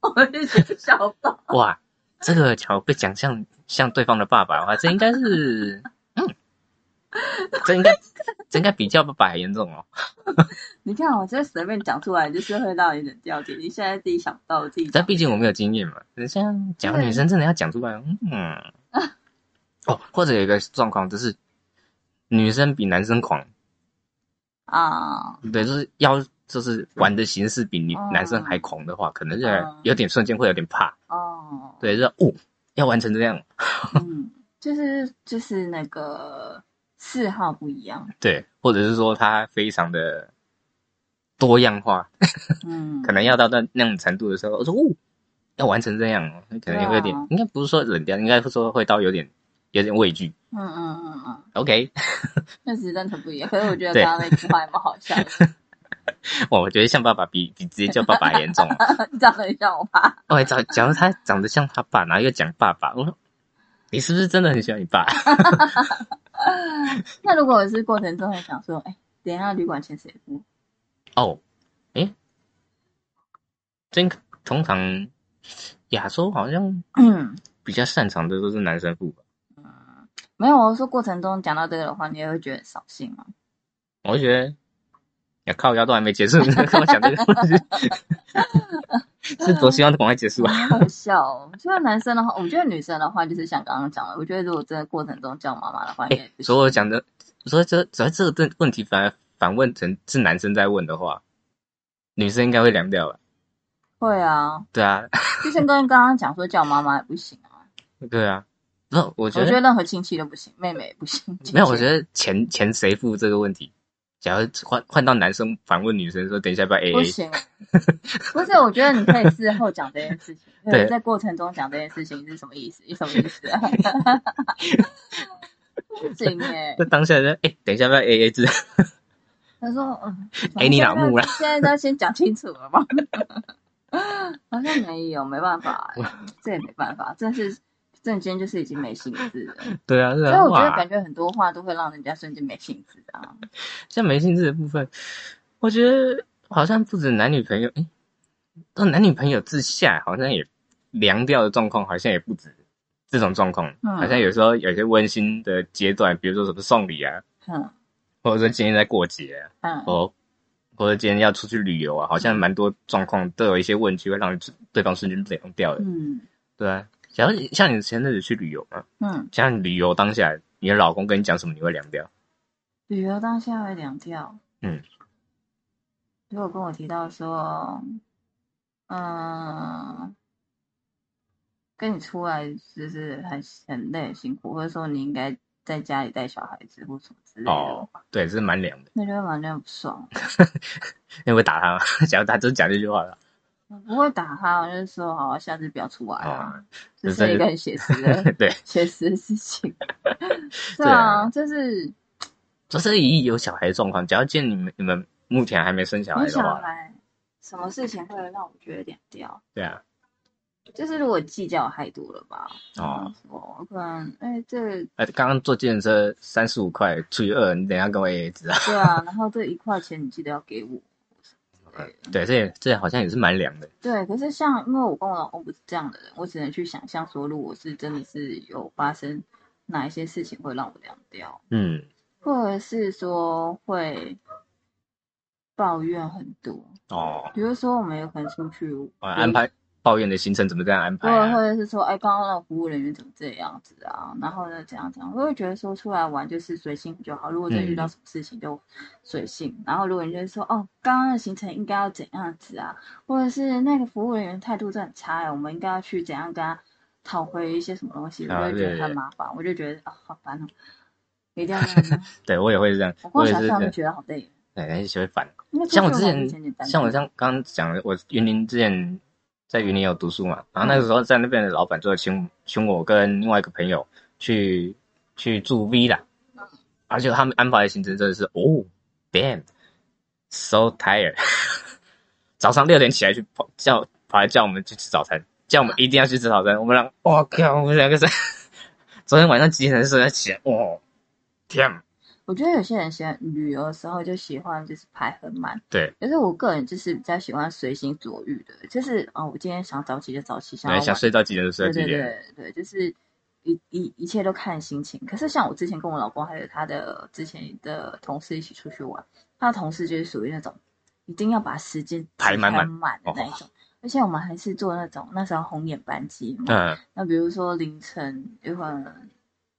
[SPEAKER 1] 我就觉得笑爆。
[SPEAKER 2] 哇，这个巧被讲像像对方的爸爸的话，这应该是，嗯，这应该这应该比叫爸爸还严重哦。
[SPEAKER 1] 你看我这随便讲出来就是会让你冷掉点，你现在自己想不到自己讲
[SPEAKER 2] 但毕竟我没有经验嘛，人家讲
[SPEAKER 1] 对啊
[SPEAKER 2] 女生真的要讲出来，嗯，哦，或者有一个状况就是，女生比男生狂，
[SPEAKER 1] 啊，
[SPEAKER 2] 对，就是要就是玩的形式比女
[SPEAKER 1] 哦
[SPEAKER 2] 男生还狂的话，可能就
[SPEAKER 1] 哦
[SPEAKER 2] 有点瞬间会有点怕，
[SPEAKER 1] 哦，
[SPEAKER 2] 对，就是哦，要玩成这样，
[SPEAKER 1] 嗯，就是就是那个嗜好不一样，
[SPEAKER 2] 对，或者是说他非常的多样化，
[SPEAKER 1] 嗯，
[SPEAKER 2] 可能要到那那种程度的时候，我说哦，要玩成这样哦，可能也会有点，
[SPEAKER 1] 对啊
[SPEAKER 2] 应该不是说冷掉，应该说会到有点有点畏惧。
[SPEAKER 1] 嗯嗯嗯嗯，
[SPEAKER 2] OK，
[SPEAKER 1] 确实真的不一样。可是我觉得
[SPEAKER 2] 对
[SPEAKER 1] 刚刚那句话也蛮好笑的，
[SPEAKER 2] 哇我觉得像爸爸比比直接叫爸爸还严 重哦。
[SPEAKER 1] 你长得很像我爸，
[SPEAKER 2] 哦，假假如他长得像他爸，然后又讲爸爸，我说你是不是真的很喜欢你爸？
[SPEAKER 1] 那如果我是过程中很想说，哎、等一下旅馆钱谁付？
[SPEAKER 2] 哦，诶，真通常亚洲好像
[SPEAKER 1] 嗯，
[SPEAKER 2] 比较擅长的都是男生付吧，
[SPEAKER 1] 没有，我说过程中讲到这个的话，你也会觉得很扫兴吗？
[SPEAKER 2] 我就觉得。呀靠！腰都还没结束，你在跟我讲这个东西， 是多希望赶快结 束啊！
[SPEAKER 1] 好好笑 哦！我觉得男生的话，我觉得女生的话，就是像刚刚讲的，我觉得如果真的过程中叫妈妈的话，应该也不
[SPEAKER 2] 所
[SPEAKER 1] 行。
[SPEAKER 2] 哎以我讲的，所以这所以这个问问题反而反问成是男生在问的话，女生应该会凉掉吧？
[SPEAKER 1] 会啊，
[SPEAKER 2] 对啊，
[SPEAKER 1] 就像跟刚刚讲说叫妈妈也不行啊。
[SPEAKER 2] 对啊，那 我觉
[SPEAKER 1] 我
[SPEAKER 2] 得
[SPEAKER 1] 觉得任何亲戚都不行，妹妹也不行。
[SPEAKER 2] 没有，我觉
[SPEAKER 1] 得
[SPEAKER 2] 得钱钱谁付这个问题，假如换换到男生反问女生说，等一下要不要 A
[SPEAKER 1] 不
[SPEAKER 2] A？
[SPEAKER 1] 行。 不是，我觉得你可以事后讲这件事 情，
[SPEAKER 2] 对
[SPEAKER 1] 在过程中讲这件事情是什么意思？什么意思 啊？ 不行哎、
[SPEAKER 2] 那当下人哎、等一下要不要 A A 制？
[SPEAKER 1] 他说嗯，
[SPEAKER 2] 哎你哪木啦
[SPEAKER 1] 现在要先讲清楚了吗？ 好像没有，没办法、欸，这也没办法，这是瞬间就是已经没兴致了。
[SPEAKER 2] 对啊，对
[SPEAKER 1] 所以
[SPEAKER 2] 啊，
[SPEAKER 1] 我觉得
[SPEAKER 2] 哇
[SPEAKER 1] 感，觉很多话都会让人家瞬间没兴致啊。
[SPEAKER 2] 像没兴致的部分，我觉得好像不止男女朋友，哎、到男女朋友之下，好像也凉掉的状况，好像也不止这种状况，
[SPEAKER 1] 嗯
[SPEAKER 2] 好像有时候有些温馨的阶段，比如说什么送礼啊，
[SPEAKER 1] 嗯
[SPEAKER 2] 或者说今天在过节、啊，
[SPEAKER 1] 嗯，
[SPEAKER 2] 哦，或者今天要出去旅游啊，好像蛮多状况都有一些问题会让对方瞬间凉掉的，
[SPEAKER 1] 嗯
[SPEAKER 2] 对啊。假如你像你前阵子去旅游嘛，
[SPEAKER 1] 嗯，
[SPEAKER 2] 像你旅游当下，你的老公跟你讲什么，你会凉掉？
[SPEAKER 1] 旅游当下会凉掉。
[SPEAKER 2] 嗯，
[SPEAKER 1] 如果跟我提到说，嗯，跟你出来就是很很累很辛苦，或者说你应该在家里带小孩子或什么之类的
[SPEAKER 2] 哦，对，这是蛮凉的。
[SPEAKER 1] 那就会完全不爽。
[SPEAKER 2] 你会打他吗？ 假如他真讲这句话了，
[SPEAKER 1] 我嗯不会打他，我就是说好，下次不要出来啊。这
[SPEAKER 2] 就是
[SPEAKER 1] 是一个很写实的
[SPEAKER 2] 哦 对，
[SPEAKER 1] 写实的事 情。对
[SPEAKER 2] 对啊
[SPEAKER 1] 啊，就是
[SPEAKER 2] 就是以有小孩的状况，只要见你们你们目前还没生小孩
[SPEAKER 1] 没
[SPEAKER 2] 的
[SPEAKER 1] 想
[SPEAKER 2] 话，
[SPEAKER 1] 来什么事情会让我觉得凉掉。
[SPEAKER 2] 对啊，
[SPEAKER 1] 就是如果计较太多了吧，
[SPEAKER 2] 哦，
[SPEAKER 1] 哦，我可能哎、这个
[SPEAKER 2] 呃，刚刚坐计程车三十五块除以二，你等一下跟我 AA 制啊，
[SPEAKER 1] 对啊，然后这一块钱你记得要给我。
[SPEAKER 2] 对，这也这好像也是蛮凉的，
[SPEAKER 1] 对，可是像因为我跟我老公不是这样的人，我只能去想象说，如果是真的是有发生哪一些事情会让我凉掉，
[SPEAKER 2] 嗯，
[SPEAKER 1] 或者是说会抱怨很多，
[SPEAKER 2] 哦，
[SPEAKER 1] 比如说我们有可能出去
[SPEAKER 2] 我哦安，排抱怨的行程怎么这样安排
[SPEAKER 1] 或者或
[SPEAKER 2] 啊？
[SPEAKER 1] 者是说，哎，刚刚那个服务人员怎么这样子啊？然后呢，怎样怎样？我会觉得说出来玩就是随性就好，如果真的遇
[SPEAKER 2] 嗯
[SPEAKER 1] 到什么事情就随性。然后如果你就是说，哦，刚刚的行程应该要怎样子啊？或者是那个服务人员态度真的很差、哎，我们应该要去怎样跟他讨回一些什么东西？我
[SPEAKER 2] 啊
[SPEAKER 1] 就会觉
[SPEAKER 2] 对
[SPEAKER 1] 得
[SPEAKER 2] 对
[SPEAKER 1] 很麻烦，我就觉得啊、好烦哦，一定要这样子。
[SPEAKER 2] 对我也会这样
[SPEAKER 1] 我，光
[SPEAKER 2] 我也
[SPEAKER 1] 想
[SPEAKER 2] 是
[SPEAKER 1] 象
[SPEAKER 2] 这
[SPEAKER 1] 就觉
[SPEAKER 2] 样，
[SPEAKER 1] 得好累。
[SPEAKER 2] 对，哎就会烦。
[SPEAKER 1] 因为出
[SPEAKER 2] 像我
[SPEAKER 1] 去
[SPEAKER 2] 之
[SPEAKER 1] 玩
[SPEAKER 2] 前
[SPEAKER 1] 就简简单
[SPEAKER 2] 像我
[SPEAKER 1] 单
[SPEAKER 2] 像刚刚讲的，我云林之前在云林有读书嘛，然后那
[SPEAKER 1] 嗯
[SPEAKER 2] 个时候在那边的老板就请请我跟另外一个朋友去去住 V 啦，
[SPEAKER 1] 嗯
[SPEAKER 2] 而且他们安排的行程真的是哦，damn，so tired，早上六点起来去跑叫跑来叫我们去吃早餐，叫我们一定要去吃早餐，我们俩我靠，我们两个是 昨天晚上几点睡起来？哦，天，
[SPEAKER 1] 我觉得有些人喜欢旅游的时候就喜欢就是排很满，
[SPEAKER 2] 对，
[SPEAKER 1] 可是我个人就是比较喜欢随心所欲的，就是哦，我今天想早起就早起，想
[SPEAKER 2] 然
[SPEAKER 1] 要
[SPEAKER 2] 后想
[SPEAKER 1] 晚
[SPEAKER 2] 睡到几点就睡到
[SPEAKER 1] 对
[SPEAKER 2] 几
[SPEAKER 1] 对
[SPEAKER 2] 点。
[SPEAKER 1] 对对，就是一一一切都看心情。可是像我之前跟我老公还有他的之前的同事一起出去玩，他的同事就是属于那种一定要把时间
[SPEAKER 2] 排满满哦
[SPEAKER 1] 满满的那一种，而且我们还是坐那种那时候红眼班机嘛，
[SPEAKER 2] 嗯，
[SPEAKER 1] 那比如说凌晨有可能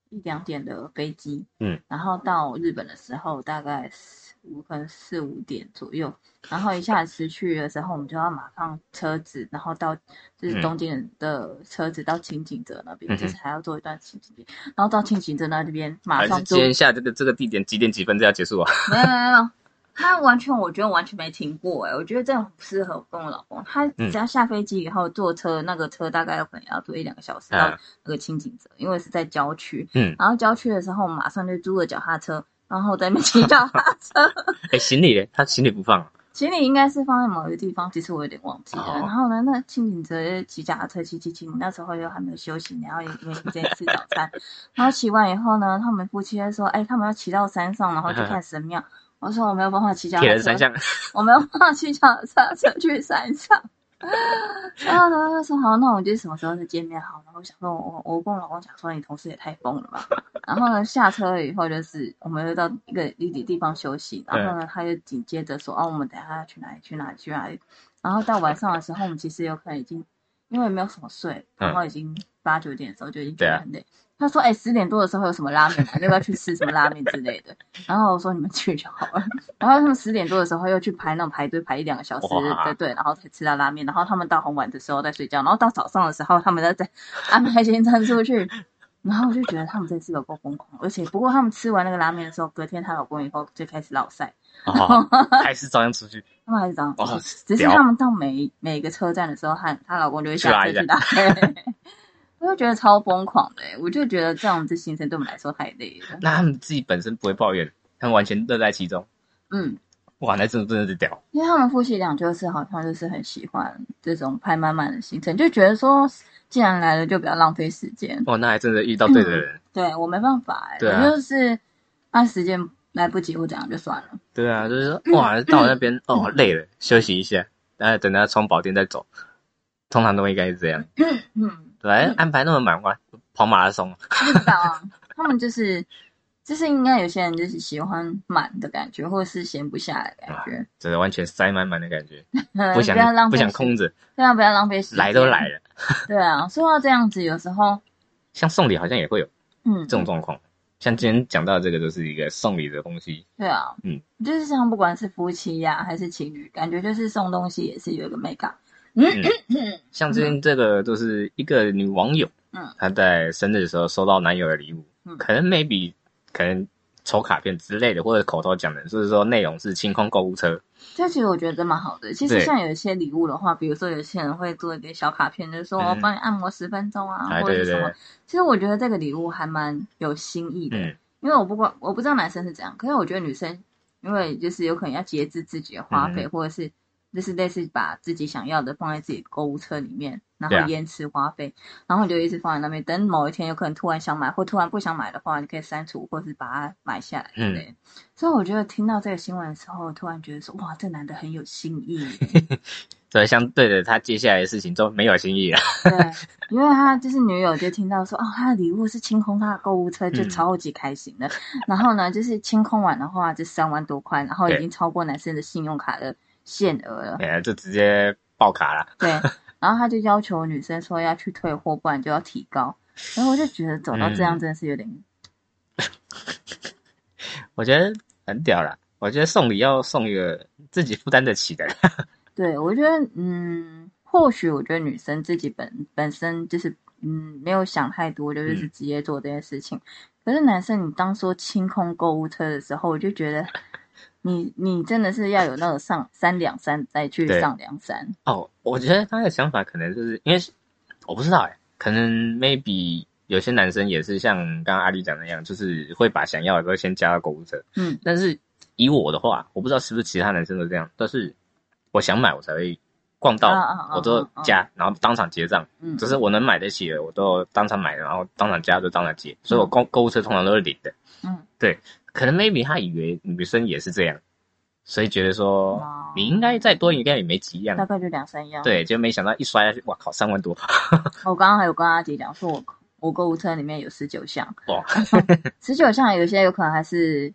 [SPEAKER 1] 一两点的飞机，
[SPEAKER 2] 嗯，
[SPEAKER 1] 然后到日本的时候大概四五可能四五点左右，然后一下子去的时候，我们就要马上车子，然后到就是
[SPEAKER 2] 嗯
[SPEAKER 1] 东京的车子到清景泽那边，
[SPEAKER 2] 嗯哼
[SPEAKER 1] 就是还要做一段清景泽，然后到清景泽那边马
[SPEAKER 2] 还是
[SPEAKER 1] 上就
[SPEAKER 2] 今天下这个这个地点几点几分就要结束啊？
[SPEAKER 1] 没有没有没有，他完全我觉得完全没听过哎、我觉得这很不适合我跟我老公。他
[SPEAKER 2] 嗯
[SPEAKER 1] 只要下飞机以后坐车，那个车大概有可能要坐一两个小时到
[SPEAKER 2] 嗯
[SPEAKER 1] 那个清景泽，因为是在郊区。
[SPEAKER 2] 嗯
[SPEAKER 1] 然后郊区的时候，我们马上就租了脚踏车，然后在那边骑脚踏 车。
[SPEAKER 2] 哎、行李嘞，他行李不放啊，
[SPEAKER 1] 行李应该是放在某一个地方，其实我有点忘记了。
[SPEAKER 2] 哦
[SPEAKER 1] 然后呢，那清景泽骑脚踏车骑骑骑，那时候又还没有休息，然后也没时间吃早餐。然后骑完以后呢，他们夫妻就说：“哎，他们要骑到山上，然后去 看神庙。”我说：“我没有办法骑脚踏
[SPEAKER 2] 铁
[SPEAKER 1] 车。
[SPEAKER 2] 人”三项，
[SPEAKER 1] 我没有办法去脚踏车去山上。啊然后呢，他说好，那我们就什么时候再见面好？然后我想说，我我跟我老公讲说，你同事也太疯了吧。然后呢，下车以后就是我们又到一个一地地方休息，然后呢，他又紧接着说，哦，我们等一下要去哪里去哪里去哪里。然后到晚上的时候，我们其实有可能已经因为没有什么睡，然后已经八九点的时候就已经觉得很累。他说：“哎、十点多的时候有什么拉面啊？要不要去吃什么拉面之类的？”然后我说：“你们去就好了。” 然后他们十点多的时候又去排那种排队排一两个小时
[SPEAKER 2] 哇
[SPEAKER 1] 的队，然后才吃到拉面。然后他们到很晚的时候再睡觉，然后到早上的时候他们 再再安排行程出去。然后我就觉得他们真是有够疯狂，而且不过他们吃完那个拉面的时候，隔天她老公以后就开始落晒，
[SPEAKER 2] 哦，还是照样出去
[SPEAKER 1] 他们还是这样
[SPEAKER 2] 哦
[SPEAKER 1] 只是
[SPEAKER 2] 屌
[SPEAKER 1] 他们到每每个车站的时候，她她老公就会下车
[SPEAKER 2] 去
[SPEAKER 1] 去打。 我就觉得超疯狂的、欸我就觉得这样子行程对我们来说太累了。
[SPEAKER 2] 那他们自己本身不会抱怨，他们完全乐在其中。
[SPEAKER 1] 嗯，
[SPEAKER 2] 哇，那真的真的是屌！
[SPEAKER 1] 因为他们夫妻俩就是好像就是很喜欢这种排满满的行程，就觉得说既然来了就不要浪费时间。
[SPEAKER 2] 哦哇，那还真的遇到对的人。
[SPEAKER 1] 对我没办法、欸，
[SPEAKER 2] 对啊
[SPEAKER 1] 我就是按时间来不及或怎样就算了。
[SPEAKER 2] 对啊，就是说哇，到那
[SPEAKER 1] 嗯
[SPEAKER 2] 边哦累了，休息一下，然后等他充饱电再走，通常都应该是这样。
[SPEAKER 1] 嗯。
[SPEAKER 2] 本来安排那么满，哇，跑马拉松，
[SPEAKER 1] 不知道啊，他们就是就是应该有些人就是喜欢满的感觉，或者是闲不下来的感觉，
[SPEAKER 2] 真的完全塞满满的感觉，
[SPEAKER 1] 嗯
[SPEAKER 2] 啊不
[SPEAKER 1] 不要
[SPEAKER 2] 想
[SPEAKER 1] 浪
[SPEAKER 2] 不
[SPEAKER 1] 费
[SPEAKER 2] 想
[SPEAKER 1] 时，
[SPEAKER 2] 空着，
[SPEAKER 1] 对啊，不要浪费时间，
[SPEAKER 2] 来都来，了。
[SPEAKER 1] 对啊，说到这样子，有时候
[SPEAKER 2] 像送礼好像也会有
[SPEAKER 1] 嗯，
[SPEAKER 2] 这种状况，像今天讲到的这个就是一个送礼的东西，
[SPEAKER 1] 对啊，
[SPEAKER 2] 嗯，
[SPEAKER 1] 就是像不管是夫妻呀、还是情侣，感觉就是送东西也是有一个美感，
[SPEAKER 2] 像之前这个就是一个女网友，
[SPEAKER 1] 嗯，
[SPEAKER 2] 她在生日的时候收到男友的礼物，
[SPEAKER 1] 嗯
[SPEAKER 2] 可能 maybe 可能抽卡片之类的，或者口头讲的，就是说内容是清空购物车，
[SPEAKER 1] 这其实我觉得蛮好的。其实
[SPEAKER 2] 对
[SPEAKER 1] 像有一些礼物的话，比如说有些人会做一点小卡片，就是说
[SPEAKER 2] 嗯
[SPEAKER 1] 我帮你按摩十分钟啊，
[SPEAKER 2] 哎，
[SPEAKER 1] 或者
[SPEAKER 2] 对
[SPEAKER 1] 是
[SPEAKER 2] 对
[SPEAKER 1] 什么
[SPEAKER 2] 对。，
[SPEAKER 1] 其实我觉得这个礼物还蛮有新意的。
[SPEAKER 2] 嗯，
[SPEAKER 1] 因为我不管我不知道男生是怎样，可是我觉得女生，因为就是有可能要节制自己的花费，
[SPEAKER 2] 嗯
[SPEAKER 1] 或者是就是类似把自己想要的放在自己的购物车里面，然
[SPEAKER 2] 对啊
[SPEAKER 1] 后延迟花费，然后你就一直放在那边，等某一天有可能突然想买或突然不想买的话，你可以删除或是把它买下来之类的。所以我觉得听到这个新闻的时候，我突然觉得说，哇，这男的很有新意耶。
[SPEAKER 2] 所以相对的，他接下来的事情都没有新意了。
[SPEAKER 1] 对，因为他就是女友就听到说，哦，他的礼物是清空他的购物车，就
[SPEAKER 2] 嗯
[SPEAKER 1] 超级开心的。然后呢，就是清空完的话，就三万多块，然后已
[SPEAKER 2] 对
[SPEAKER 1] 经超过男生的信用卡的限额了。
[SPEAKER 2] 哎呀，就直接爆卡了。
[SPEAKER 1] 对，然后他就要求女生说要去退货，不然就要提高。然后我就觉得走到这
[SPEAKER 2] 嗯
[SPEAKER 1] 样真的是有点，
[SPEAKER 2] 我觉得很屌啦，我觉得送礼要送一个自己负担得起的人。
[SPEAKER 1] 对我觉得，嗯，或许我觉得女生自己本本身就是，嗯，没有想太多，就是
[SPEAKER 2] 嗯
[SPEAKER 1] 直接做这件事情。可是男生，你当说清空购物车的时候，我就觉 得你你真的是要有那个上三两三再去
[SPEAKER 2] 对
[SPEAKER 1] 上梁山，
[SPEAKER 2] 哦，我觉得他的想法可能就是因为我不知道哎、可能 maybe 有些男生也是像刚刚阿丽讲的那样，就是会把想要的都先加到购物车。
[SPEAKER 1] 嗯，
[SPEAKER 2] 但是以我的话，我不知道是不是其他男生都这样，但是我想买我才会逛到，
[SPEAKER 1] 啊啊啊
[SPEAKER 2] 我都
[SPEAKER 1] 啊啊
[SPEAKER 2] 加，然后当场结账。
[SPEAKER 1] 嗯，
[SPEAKER 2] 就是我能买得起的，我都当场买，然后当场加就当场结，所以我购购物车通常都是零的。
[SPEAKER 1] 嗯，
[SPEAKER 2] 对，可能 maybe 他以为女生也是这样，所以觉得说
[SPEAKER 1] 哦
[SPEAKER 2] 你应该再多，应该也没几样
[SPEAKER 1] 大。概就两三样。，
[SPEAKER 2] 对，就没想到一摔下去，哇靠，三万多！
[SPEAKER 1] 我刚刚还有跟阿杰讲说我我购物车里面有十九项，
[SPEAKER 2] 哇，
[SPEAKER 1] 十九项有些有可能还是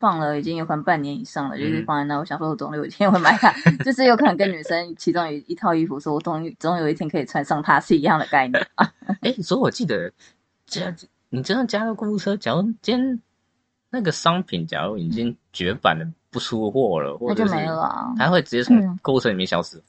[SPEAKER 1] 放了已经有可能半年以上了，就是
[SPEAKER 2] 嗯
[SPEAKER 1] 放在那。我想说，我总有一天会买它， 就是有可能跟女生其中有一套衣服，说我总总有一天可以穿上它是一样的概念。
[SPEAKER 2] 哎、所以我记得，这样你真的加个购物车，假如今天那个商品假如已经绝版了，不出货了，或
[SPEAKER 1] 那
[SPEAKER 2] 者
[SPEAKER 1] 就是没了啊。
[SPEAKER 2] 它会直接从
[SPEAKER 1] 嗯
[SPEAKER 2] 购物车里面消失。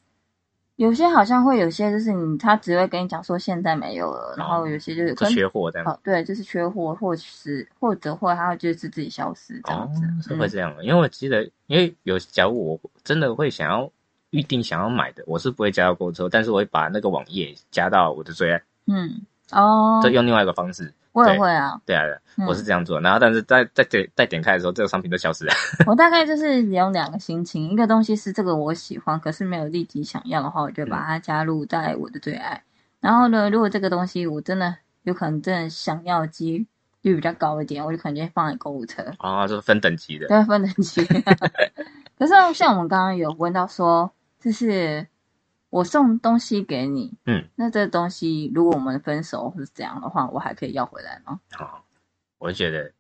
[SPEAKER 1] 有些好像会有些就是你，他只会跟你讲说现在没有了，然后有些就是
[SPEAKER 2] 就
[SPEAKER 1] 跟
[SPEAKER 2] 缺货这样。
[SPEAKER 1] 哦对，就是缺货，或是或者或他就是自己消失这样子。
[SPEAKER 2] 哦是会
[SPEAKER 1] 嗯
[SPEAKER 2] 这样的，因为我记得，因为有假如我真的会想要预定想要买的，我是不会加到购物车，但是我会把那个网页加到我的最爱，
[SPEAKER 1] 嗯哦
[SPEAKER 2] 就，用另外一个方式。
[SPEAKER 1] 我也
[SPEAKER 2] 对
[SPEAKER 1] 会啊，
[SPEAKER 2] 对啊，对啊
[SPEAKER 1] 嗯
[SPEAKER 2] 我是这样做。然后，但是在在点在点开的时候，这个商品都消失了。
[SPEAKER 1] 我大概就是有两个心情，一个东西是这个我喜欢，可是没有立即想要的话，我就把它加入在我的最爱。然后呢，如果这个东西我真的有可能真的想要的几率比较高一点，我就可能就放在购物车，
[SPEAKER 2] 啊、就是分等级的。
[SPEAKER 1] 对，分等级。可是像我们刚刚有问到说，就是我送东西给你，
[SPEAKER 2] 嗯，
[SPEAKER 1] 那这东西如果我们分手或是怎样的话，我还可以要回来吗？
[SPEAKER 2] 啊、我就觉得，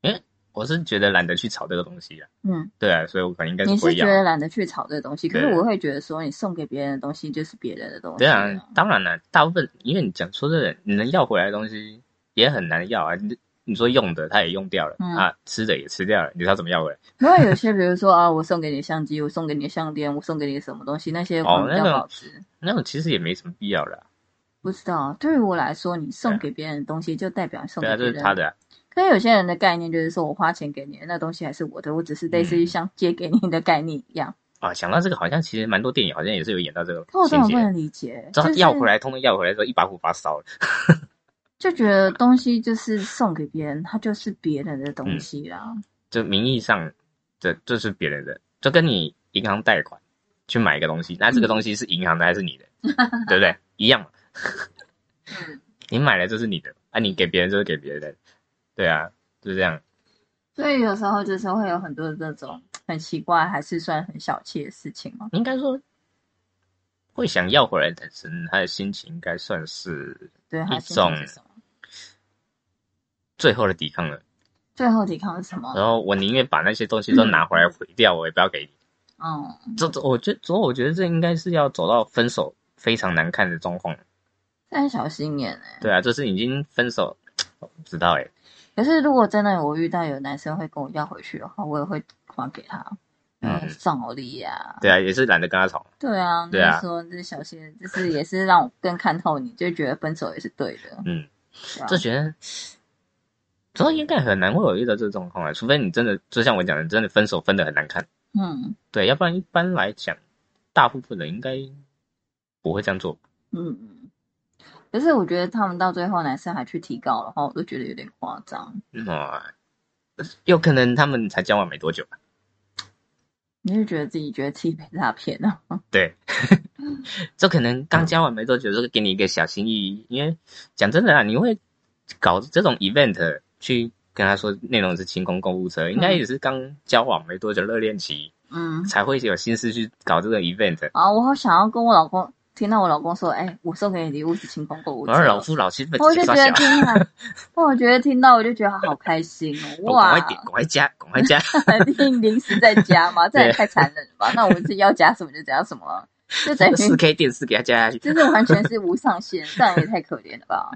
[SPEAKER 2] 因为我是觉得懒得去炒这个东西啊。
[SPEAKER 1] 嗯，
[SPEAKER 2] 对啊，所以我可能应该
[SPEAKER 1] 你
[SPEAKER 2] 不
[SPEAKER 1] 是
[SPEAKER 2] 会
[SPEAKER 1] 觉
[SPEAKER 2] 要。
[SPEAKER 1] 得懒得去炒这个东西，可是
[SPEAKER 2] 对
[SPEAKER 1] 我会觉得说，你送给别人的东西就是别人的东西。
[SPEAKER 2] 对啊，当然了，大部分因为你讲说真的，你能要回来的东西也很难要啊。你你说用的他也用掉了、
[SPEAKER 1] 嗯
[SPEAKER 2] 啊，吃的也吃掉了，你知道怎么要回来？
[SPEAKER 1] 因为有些，比如说啊，我送给你相机，我送给你项链，我送给你什么东西，那些可
[SPEAKER 2] 哦
[SPEAKER 1] 能比较
[SPEAKER 2] 那个
[SPEAKER 1] 保值。
[SPEAKER 2] 那种其实也没什么必要了啊。
[SPEAKER 1] 不知道，对于我来说，你送
[SPEAKER 2] 对啊
[SPEAKER 1] 给别人的东西就代表你送
[SPEAKER 2] 对
[SPEAKER 1] 给
[SPEAKER 2] 啊，这
[SPEAKER 1] 别
[SPEAKER 2] 是
[SPEAKER 1] 人。
[SPEAKER 2] 他的啊、
[SPEAKER 1] 可是有些人的概念就是说我花钱给你，那东西还是我的，我只是类似于
[SPEAKER 2] 嗯
[SPEAKER 1] 像借给你的概念一样。
[SPEAKER 2] 啊。想到这个，好像其实蛮多电影好像也是有演到这个
[SPEAKER 1] 可我真
[SPEAKER 2] 情
[SPEAKER 1] 的不
[SPEAKER 2] 节。
[SPEAKER 1] 能理解，
[SPEAKER 2] 知
[SPEAKER 1] 就
[SPEAKER 2] 道
[SPEAKER 1] 是
[SPEAKER 2] 要回来，通通要回来之后，一把火把它烧了。
[SPEAKER 1] 就觉得东西就是送给别人，它就是别人的
[SPEAKER 2] 嗯
[SPEAKER 1] 东西啦。
[SPEAKER 2] 就名义上这这是别人的，就跟你银行贷款去买一个东西，那这个东西是银行的还是你的，对不对？一样嘛。 你买了就是你的，啊，你给别人就是给别人的，对啊，就是这样。
[SPEAKER 1] 所以有时候就是会有很多这种很奇怪，还是算很小气的事情嘛。
[SPEAKER 2] 应该说，会想要回来的人，他的心情应该算是
[SPEAKER 1] 对，还
[SPEAKER 2] 一
[SPEAKER 1] 是那
[SPEAKER 2] 种
[SPEAKER 1] 是什么？
[SPEAKER 2] 最后的抵抗了。
[SPEAKER 1] 最后抵抗是什么？
[SPEAKER 2] 然后我宁愿把那些东西都拿回来毁掉，我也不要给你。
[SPEAKER 1] 嗯，
[SPEAKER 2] 这这，我觉得，所以我觉得这应该是要走到分手非常难看的状况。
[SPEAKER 1] 但很小心眼哎、
[SPEAKER 2] 对啊，就是已经分手，我不知道哎、
[SPEAKER 1] 可是如果真的我遇到有男生会跟我要回去的话，我也会还给他。
[SPEAKER 2] 嗯
[SPEAKER 1] 嗯，照理呀、
[SPEAKER 2] 对啊，也是懒得跟他吵。
[SPEAKER 1] 对啊，
[SPEAKER 2] 对啊
[SPEAKER 1] 那说这小心，就是也是让我更看透你，就觉得分手也是对的。
[SPEAKER 2] 嗯，
[SPEAKER 1] 对啊
[SPEAKER 2] 就觉得，主要应该很难会有遇到这种状况啊，除非你真的就像我讲的，真的分手分的很难看。
[SPEAKER 1] 嗯
[SPEAKER 2] 对，要不然一般来讲，大部分人应该不会这样做。
[SPEAKER 1] 嗯嗯。可是我觉得他们到最后男生还去提高的话，我都觉得有点夸张。
[SPEAKER 2] 嗯啊，有可能他们才交往没多久吧。
[SPEAKER 1] 你就觉得自己觉得自己被诈骗了。
[SPEAKER 2] 对， 这可能刚交往没多久，就给你一个小心翼翼，因为讲真的啊，你会搞这种 event 去跟他说内容是清空购物车，应该也是刚交往没多久热恋期
[SPEAKER 1] 嗯，
[SPEAKER 2] 才会有心思去搞这个 event。
[SPEAKER 1] 啊，我好想要跟我老公听到我老公说，哎、我送给你礼物是清空购物车
[SPEAKER 2] 然后老夫老妻们
[SPEAKER 1] 我就
[SPEAKER 2] 介
[SPEAKER 1] 觉
[SPEAKER 2] 绍
[SPEAKER 1] 得
[SPEAKER 2] 小，
[SPEAKER 1] 听了，我觉得听到我就觉得好开心哦！
[SPEAKER 2] 我赶
[SPEAKER 1] 哇
[SPEAKER 2] 快，点，赶快加，赶 快加。
[SPEAKER 1] 肯定临时在加嘛，这也
[SPEAKER 2] 对
[SPEAKER 1] 太残忍了吧？那我们自己要加什么就加什么了，就等于
[SPEAKER 2] 四 K 电视给他加下去，
[SPEAKER 1] 就是完全是无上限，这样也太可怜了 吧？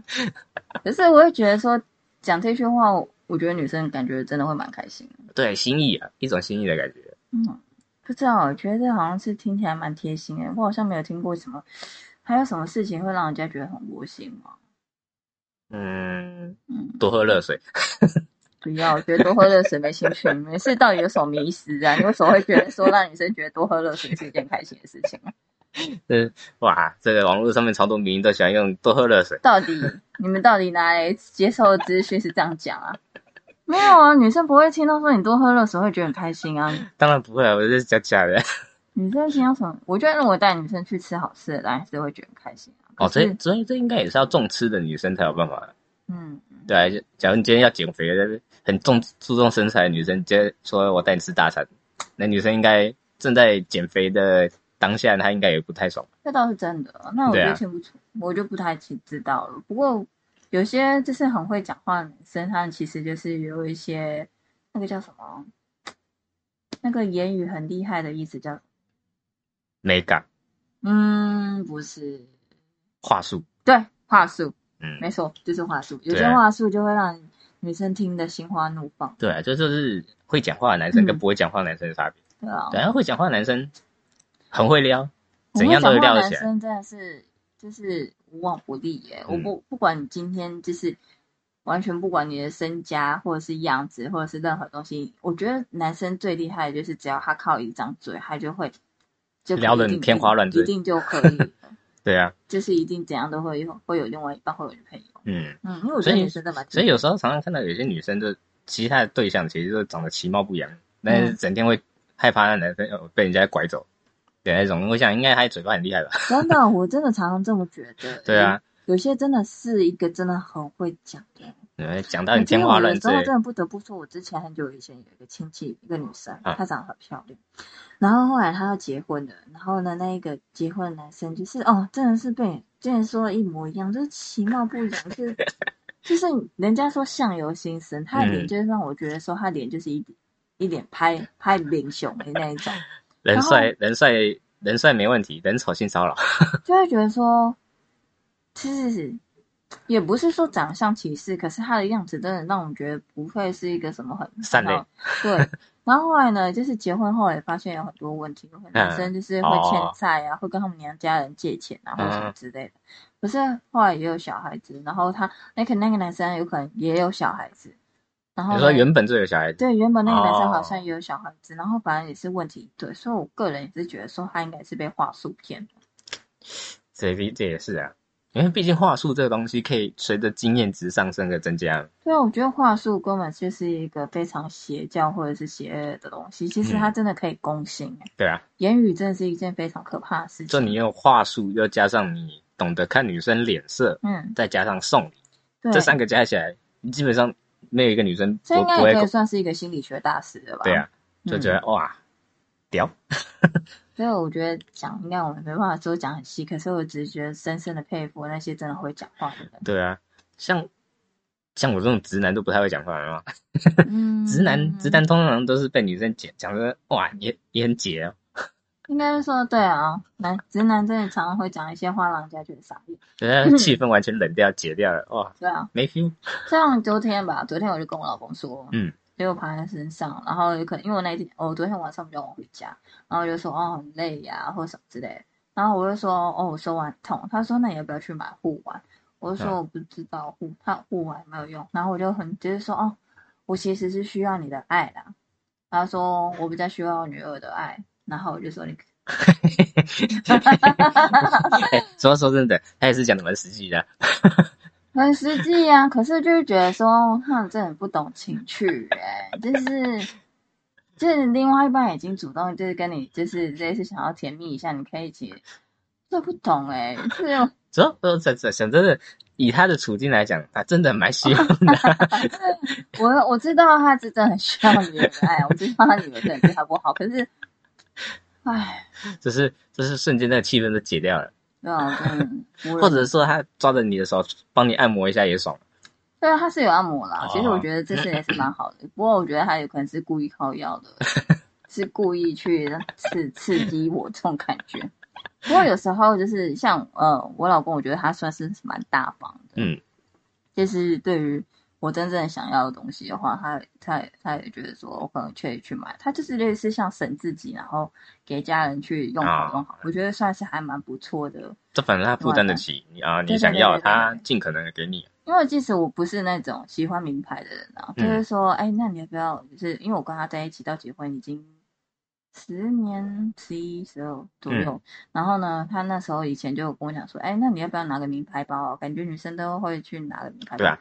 [SPEAKER 1] 可是我会觉得说讲这句话，我我觉得女生感觉真的会蛮开心的。
[SPEAKER 2] 对，心意啊，一种心意的感觉。
[SPEAKER 1] 嗯，不知道，我觉得好像是听起来蛮贴心的。我好像没有听过什么，还有什么事情会让人家觉得很窝心吗？
[SPEAKER 2] 嗯，
[SPEAKER 1] 嗯，
[SPEAKER 2] 多喝热水，
[SPEAKER 1] 不要，我觉得多喝热水没兴趣。你们是到底有什么迷失啊？你为什么会觉得说让女生觉得多喝热水是一件开心的事情？啊
[SPEAKER 2] 嗯，哇，这个网络上面超多民都喜欢用多喝热水。
[SPEAKER 1] 到底你们到底哪里接受的资讯是这样讲啊？没有啊，女生不会听到说你多喝热水会觉得很开心啊。
[SPEAKER 2] 当然不会啊，我是假假的。
[SPEAKER 1] 女生听到什么？我觉得如果带女生去吃好吃的，当然是会觉得很开心啊。
[SPEAKER 2] 哦，
[SPEAKER 1] 可
[SPEAKER 2] 所以
[SPEAKER 1] 是，
[SPEAKER 2] 所以这应该也是要重吃的女生才有办法。
[SPEAKER 1] 嗯，
[SPEAKER 2] 对啊，就假如你今天要减肥，很重注重身材的女生，直接说我带你吃大餐，那女生应该正在减肥的当下，她应该也不太爽。
[SPEAKER 1] 这倒是真的。那我
[SPEAKER 2] 对
[SPEAKER 1] 就
[SPEAKER 2] 啊
[SPEAKER 1] 听不出，我就不太知知道了。不过有些就是很会讲话的女生，她们其实就是有一些那个叫什么，那个言语很厉害的意思叫，
[SPEAKER 2] 美感
[SPEAKER 1] 嗯，不是，
[SPEAKER 2] 话术，
[SPEAKER 1] 对，话术，
[SPEAKER 2] 嗯，
[SPEAKER 1] 没错，就是话术。有些
[SPEAKER 2] 对啊
[SPEAKER 1] 话术就会让女生听得心花怒放，
[SPEAKER 2] 对啊，这就是会讲话的男
[SPEAKER 1] 嗯
[SPEAKER 2] 生跟不会讲话的男生的差别。
[SPEAKER 1] 对啊。
[SPEAKER 2] 对啊，会讲话的男生很会撩，
[SPEAKER 1] 我
[SPEAKER 2] 怎
[SPEAKER 1] 们
[SPEAKER 2] 样都
[SPEAKER 1] 讲
[SPEAKER 2] 会
[SPEAKER 1] 话
[SPEAKER 2] 撩
[SPEAKER 1] 的
[SPEAKER 2] 得
[SPEAKER 1] 男
[SPEAKER 2] 起来。
[SPEAKER 1] 生真的是就是无往不利耶、我
[SPEAKER 2] 嗯
[SPEAKER 1] 不不管你今天就是完全不管你的身家或者是样子或者是任何东西，我觉得男生最厉害的就是只要他靠一张嘴，他就会就可以
[SPEAKER 2] 撩得
[SPEAKER 1] 一
[SPEAKER 2] 你
[SPEAKER 1] 定
[SPEAKER 2] 天花乱坠
[SPEAKER 1] 一定就可 以了，
[SPEAKER 2] 对啊，
[SPEAKER 1] 就是一定怎样都会有会有另外一半会有女朋友。
[SPEAKER 2] 嗯，
[SPEAKER 1] 嗯，因为我觉得
[SPEAKER 2] 所以
[SPEAKER 1] 女生真的蛮
[SPEAKER 2] 所以有时候常常看到有些女生就其他的对象其实就长得其貌不扬，但
[SPEAKER 1] 嗯
[SPEAKER 2] 是整天会害怕那男生有被人家拐走的那种。我想应该他嘴巴很厉害吧？
[SPEAKER 1] 真的，我真的常常这么觉得。
[SPEAKER 2] 对啊，
[SPEAKER 1] 有，有些真的是一个真的很会讲的人。
[SPEAKER 2] 嗯讲
[SPEAKER 1] 我
[SPEAKER 2] 到
[SPEAKER 1] 觉
[SPEAKER 2] 你天
[SPEAKER 1] 得
[SPEAKER 2] 花
[SPEAKER 1] 哎我有
[SPEAKER 2] 乱
[SPEAKER 1] 时
[SPEAKER 2] 坠
[SPEAKER 1] 候，真的不得不说，我之前很久以前有一个亲戚，一个女生，
[SPEAKER 2] 啊
[SPEAKER 1] 她长得很漂亮，然后后来她要结婚了，然后呢，那一个结婚的男生就是哦，真的是被之前说的一模一样，就是其貌不扬，就是就是人家说相由心生，他的脸
[SPEAKER 2] 嗯
[SPEAKER 1] 就是让我觉得说他脸就是一一脸拍拍脸熊的那一种，
[SPEAKER 2] 人
[SPEAKER 1] 然后哦
[SPEAKER 2] 帅人帅人帅没问题，人丑性骚扰。
[SPEAKER 1] 就会觉得说，其实也不是说长相歧视，可是他的样子真的让我们觉得不会是一个什么很
[SPEAKER 2] 善类。
[SPEAKER 1] 对，然后后来呢，就是结婚后也发现有很多问题，有很
[SPEAKER 2] 嗯
[SPEAKER 1] 多男生就是会欠
[SPEAKER 2] 哦
[SPEAKER 1] 债啊，会跟他们娘家人借钱啊，或者什
[SPEAKER 2] 嗯
[SPEAKER 1] 么之类的。不是后来也有小孩子，然后他那个那个男生有可能也有小孩子，然后
[SPEAKER 2] 你
[SPEAKER 1] 呢
[SPEAKER 2] 说原本就有小孩子，
[SPEAKER 1] 对原本那个男生
[SPEAKER 2] 哦
[SPEAKER 1] 好像也有小孩子，然后反正也是问题一堆，所以我个人也是觉得说他应该是被话术骗的。
[SPEAKER 2] 这这这也是啊，因为毕竟话术这个东西可以随着经验值上升的增加。
[SPEAKER 1] 对啊，我觉得话术根本就是一个非常邪教或者是邪恶的东西，其实
[SPEAKER 2] 嗯
[SPEAKER 1] 它真的可以攻心、欸
[SPEAKER 2] 对啊，
[SPEAKER 1] 言语真的是一件非常可怕的事情。
[SPEAKER 2] 就你用话术，又加上你懂得看女生脸色，
[SPEAKER 1] 嗯，
[SPEAKER 2] 再加上送礼，
[SPEAKER 1] 对，
[SPEAKER 2] 这三个加起来，基本上没有一个女生
[SPEAKER 1] 这
[SPEAKER 2] 不
[SPEAKER 1] 应该
[SPEAKER 2] 不
[SPEAKER 1] 也
[SPEAKER 2] 会
[SPEAKER 1] 可以
[SPEAKER 2] 够。
[SPEAKER 1] 算是一个心理学大师了吧？
[SPEAKER 2] 对啊，就觉得、
[SPEAKER 1] 嗯
[SPEAKER 2] 哇，屌，
[SPEAKER 1] 所以我觉得讲，应该我们没办法说讲很细，可是我只是觉得深深的佩服那些真的会讲话的 人。
[SPEAKER 2] 对啊，像像我这种直男都不太会讲话的嘛。
[SPEAKER 1] 嗯，
[SPEAKER 2] 直男直男通常都是被女生讲讲的，哇，也也很解哦。
[SPEAKER 1] 应该是说对啊，男直男真的常常会讲一些话，让人家觉得傻眼。
[SPEAKER 2] 人家气氛完全冷掉、解掉了，哇，
[SPEAKER 1] 对啊，
[SPEAKER 2] 没 feel。
[SPEAKER 1] 像昨天吧，昨天我就跟我老公说，
[SPEAKER 2] 嗯，
[SPEAKER 1] 结果爬在身上，然后有可能因为我那一天，我昨天晚上比较晚回家，然后我就说哦很累呀、或什么之类的，然后我就说哦我手腕痛，他说那你要不要去买护腕？我就说
[SPEAKER 2] 嗯
[SPEAKER 1] 我不知道护，他护腕有没有用，然后我就很就是说哦，我其实是需要你的爱啦，他说我比较需要女儿的爱，然后我就说你
[SPEAKER 2] 哎，说说真的，他也是讲的蛮实际的啊。
[SPEAKER 1] 很实际呀、可是就是觉得说他们真的很不懂情趣、哎，就是就是另外一半已经主动就是跟你就是这次想要甜蜜一下，你可以一起，这不懂哎、这种
[SPEAKER 2] 主要呃想想想真的，以他的处境来讲，他真的蛮希 望的。
[SPEAKER 1] 我我知道他是真的很需要女人的爱，我知道他女儿真的对他不好，可是，唉，
[SPEAKER 2] 只是只是瞬间那个气氛都解掉了，
[SPEAKER 1] 对啊，嗯，我
[SPEAKER 2] 或者说他抓着你的手帮你按摩一下也爽。
[SPEAKER 1] 对啊，他是有按摩啦
[SPEAKER 2] 哦。
[SPEAKER 1] 其实我觉得这次也是蛮好的，不过我觉得他有可能是故意靠药 的，是故意去刺刺激我这种感觉。不过有时候就是像呃，我老公，我觉得他算是蛮大方的，
[SPEAKER 2] 嗯，
[SPEAKER 1] 就是对于我真正想要的东西的话，他他也他也觉得说我可能可以去买，他就是类似像省自己，然后给家人去用好
[SPEAKER 2] 哦
[SPEAKER 1] 用好，我觉得算是还蛮不错的。
[SPEAKER 2] 这反正他负担得起你
[SPEAKER 1] 对
[SPEAKER 2] 啊，你
[SPEAKER 1] 对
[SPEAKER 2] 想要
[SPEAKER 1] 对对
[SPEAKER 2] 他
[SPEAKER 1] 对
[SPEAKER 2] 尽可能的给你。
[SPEAKER 1] 因为即使我不是那种喜欢名牌的人啊，
[SPEAKER 2] 嗯
[SPEAKER 1] 就是说，哎、那你要不要？就是因为我跟他在一起到结婚已经十年、十一、十二左
[SPEAKER 2] 嗯
[SPEAKER 1] 右。然后呢，他那时候以前就有跟我讲说，哎、那你要不要拿个名牌包、啊？感觉女生都会去拿个名牌包。
[SPEAKER 2] 对啊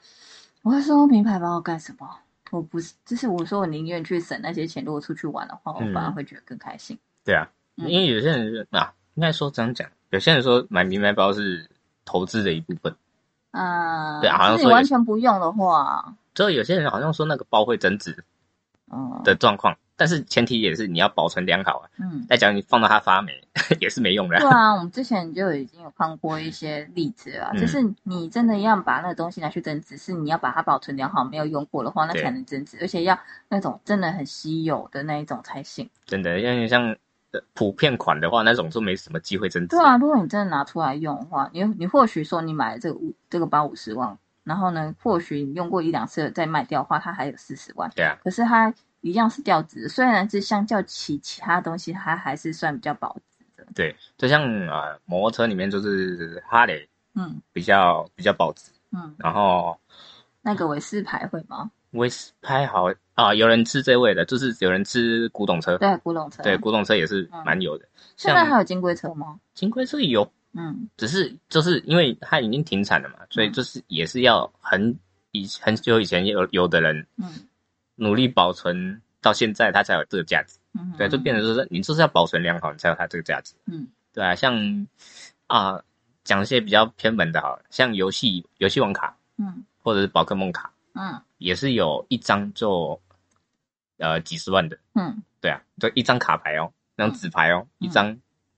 [SPEAKER 1] 我会说名牌包要干什么？我不是，就是我说我宁愿去省那些钱，如果出去玩的话，我
[SPEAKER 2] 嗯
[SPEAKER 1] 反而会觉得更开心。
[SPEAKER 2] 对啊，
[SPEAKER 1] 嗯
[SPEAKER 2] 因为有些人是啊，应该说这样讲，有些人说买名牌包是投资的一部分，
[SPEAKER 1] 啊、
[SPEAKER 2] 对好像
[SPEAKER 1] 自己
[SPEAKER 2] 说有
[SPEAKER 1] 完全不用的话，
[SPEAKER 2] 就有些人好像说那个包会增值
[SPEAKER 1] 嗯
[SPEAKER 2] 的状况，但是前提也是你要保存良好啊。
[SPEAKER 1] 嗯。
[SPEAKER 2] 再讲你放到它发霉 也是没用的啊、
[SPEAKER 1] 对啊， 我们之前就已经有看过一些例子啊，
[SPEAKER 2] 嗯
[SPEAKER 1] 就是你真的要把那个东西拿去增值，是你要把它保存良好，没有用过的话，那
[SPEAKER 2] 对
[SPEAKER 1] 才能增值，而且要那种真的很稀有的那一种才行。
[SPEAKER 2] 真的，因为像呃普遍款的话，那种就没什么机会增值。
[SPEAKER 1] 对啊，如果你真的拿出来用的话，你你或许说你买了这个五这个包五十万，然后呢，或许你用过一两次再卖掉的话，它还有四十万，
[SPEAKER 2] 对啊，
[SPEAKER 1] 可是它一样是掉值，虽然是相较起其他东西，它还是算比较保值的。
[SPEAKER 2] 对，就像啊、呃摩托车里面就是哈雷
[SPEAKER 1] 嗯
[SPEAKER 2] 比较比较保值，
[SPEAKER 1] 嗯，
[SPEAKER 2] 然后
[SPEAKER 1] 那个韦氏牌会吗？
[SPEAKER 2] 威斯拍好啊、有人吃这味的，就是有人吃古董车，
[SPEAKER 1] 对，古董车。
[SPEAKER 2] 对，古董车也是蛮有的。
[SPEAKER 1] 现在还
[SPEAKER 2] 像
[SPEAKER 1] 有金龟车吗？
[SPEAKER 2] 金龟车有，
[SPEAKER 1] 嗯，
[SPEAKER 2] 只是就是因为它已经停产了嘛，所以就是也是要很以很久以前有有的人
[SPEAKER 1] 嗯
[SPEAKER 2] 努力保存到现在，它才有这个价值。
[SPEAKER 1] 嗯，
[SPEAKER 2] 对，就变成就是你就是要保存良好，你才有它这个价值。
[SPEAKER 1] 嗯
[SPEAKER 2] 对啊，像啊、讲一些比较偏门的好了，像游戏游戏王卡
[SPEAKER 1] 嗯
[SPEAKER 2] 或者是宝可梦卡，
[SPEAKER 1] 嗯
[SPEAKER 2] 也是有一张就呃几十万的，
[SPEAKER 1] 嗯
[SPEAKER 2] 对啊，就一张卡牌哦，那种纸牌哦，
[SPEAKER 1] 嗯
[SPEAKER 2] 一张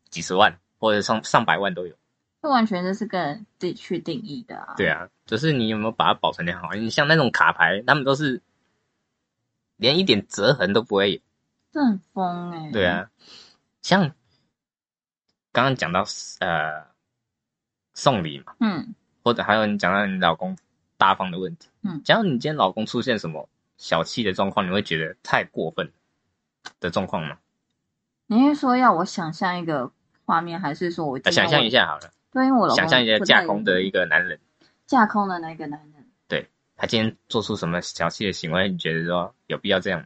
[SPEAKER 2] 几十万或者上上百万都有。
[SPEAKER 1] 这完全就是个人自己去定义的啊。
[SPEAKER 2] 对啊，就是你有没有把它保存良好？你像那种卡牌，他们都是连一点折痕都不会有。
[SPEAKER 1] 这很疯哎、
[SPEAKER 2] 对，啊，像刚刚讲到呃送礼嘛，
[SPEAKER 1] 嗯，
[SPEAKER 2] 或者还有你讲到你老公大方的问题，
[SPEAKER 1] 嗯
[SPEAKER 2] 假如你今天老公出现什么小气的状况，你会觉得太过分的状况吗？
[SPEAKER 1] 你是说要我想象一个画面，还是说我
[SPEAKER 2] 啊，
[SPEAKER 1] 今天
[SPEAKER 2] 想象
[SPEAKER 1] 我
[SPEAKER 2] 一，下好了，
[SPEAKER 1] 对，因为我老公
[SPEAKER 2] 想象一下
[SPEAKER 1] 不太
[SPEAKER 2] 架空的一个男人，
[SPEAKER 1] 架空的那个男人，
[SPEAKER 2] 他今天做出什么小气的行为，你觉得说有必要这样？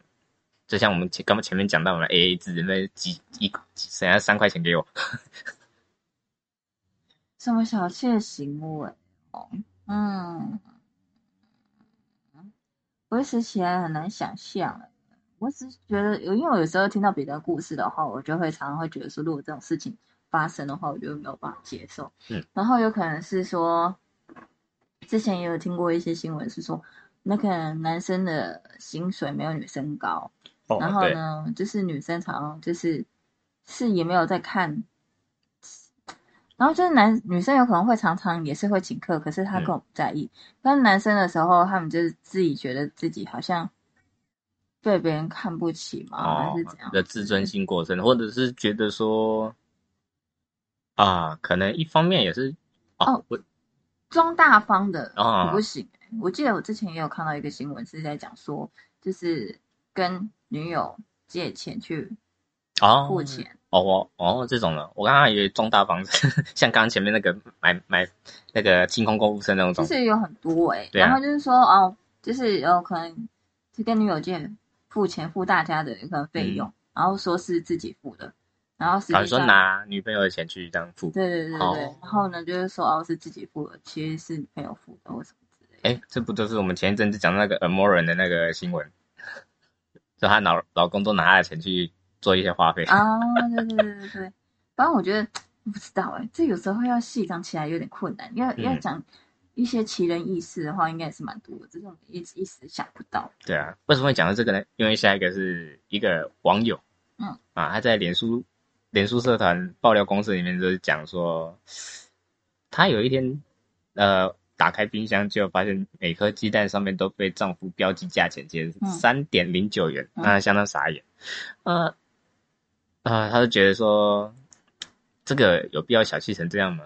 [SPEAKER 2] 就像我们前刚刚前面讲到我们 A A 制，那几一几省下三块钱给我，
[SPEAKER 1] 什么小气的行为哦，嗯，我一时起来很难想象欸。我只是觉得，因为我有时候听到别的故事的话，我就会常常会觉得说，如果这种事情发生的话，我就没有办法接受。
[SPEAKER 2] 嗯，
[SPEAKER 1] 然后有可能是说，之前也有听过一些新闻是说，那可能男生的薪水没有女生高，
[SPEAKER 2] 哦
[SPEAKER 1] 然后
[SPEAKER 2] 对，
[SPEAKER 1] 呢，就是女生常常就是是也没有在看，然后就是男女生有可能会常常也是会请客，可是他
[SPEAKER 2] 嗯
[SPEAKER 1] 根本不在意。但是男生的时候，他们就是自己觉得自己好像被别人看不起嘛，还
[SPEAKER 2] 哦
[SPEAKER 1] 是怎样？
[SPEAKER 2] 的自尊心过剩，或者是觉得说啊，可能一方面也是哦
[SPEAKER 1] 哦，
[SPEAKER 2] 我
[SPEAKER 1] 装大方的
[SPEAKER 2] 啊
[SPEAKER 1] 我不行欸、我记得我之前也有看到一个新闻是在讲说，就是跟女友借钱去
[SPEAKER 2] 哦
[SPEAKER 1] 付钱。
[SPEAKER 2] 哦我哦这种的，我刚刚以为装大方，像刚刚前面那个买买那个清空购物车那种
[SPEAKER 1] 就
[SPEAKER 2] 状
[SPEAKER 1] 是有很多哎、
[SPEAKER 2] 对啊
[SPEAKER 1] 然后就是说哦，就是有可能是跟女友借付钱付大家的可能费用，然后说是自己付的，然后实际
[SPEAKER 2] 况，
[SPEAKER 1] 上
[SPEAKER 2] 嗯啊说拿女朋友的钱去这样付，
[SPEAKER 1] 对对对对，
[SPEAKER 2] 哦
[SPEAKER 1] 然后呢就是说哦是自己付的，其实是女朋友付的或什么之类的。
[SPEAKER 2] 哎，这不就是我们前一阵子讲的那个 a m o r 的那个新闻， 就她老老公都拿她的钱去做一些花费，
[SPEAKER 1] 啊，对对对对对，反正我觉得我不知道哎、这有时候要细讲起来有点困难，要、要
[SPEAKER 2] 嗯
[SPEAKER 1] 讲一些奇人异事的话，应该也是蛮多的，这种一一时想不到。
[SPEAKER 2] 对啊，为什么会讲到这个呢？因为下一个是一个网友，
[SPEAKER 1] 嗯
[SPEAKER 2] 啊，他在脸书脸书社团爆料公司里面就是讲说，他有一天呃打开冰箱，就发现每颗鸡蛋上面都被丈夫标记价钱，其实
[SPEAKER 1] 嗯
[SPEAKER 2] 三点零九元，
[SPEAKER 1] 嗯
[SPEAKER 2] 那他相当傻眼，呃呃，他就觉得说这个有必要小气成这样吗？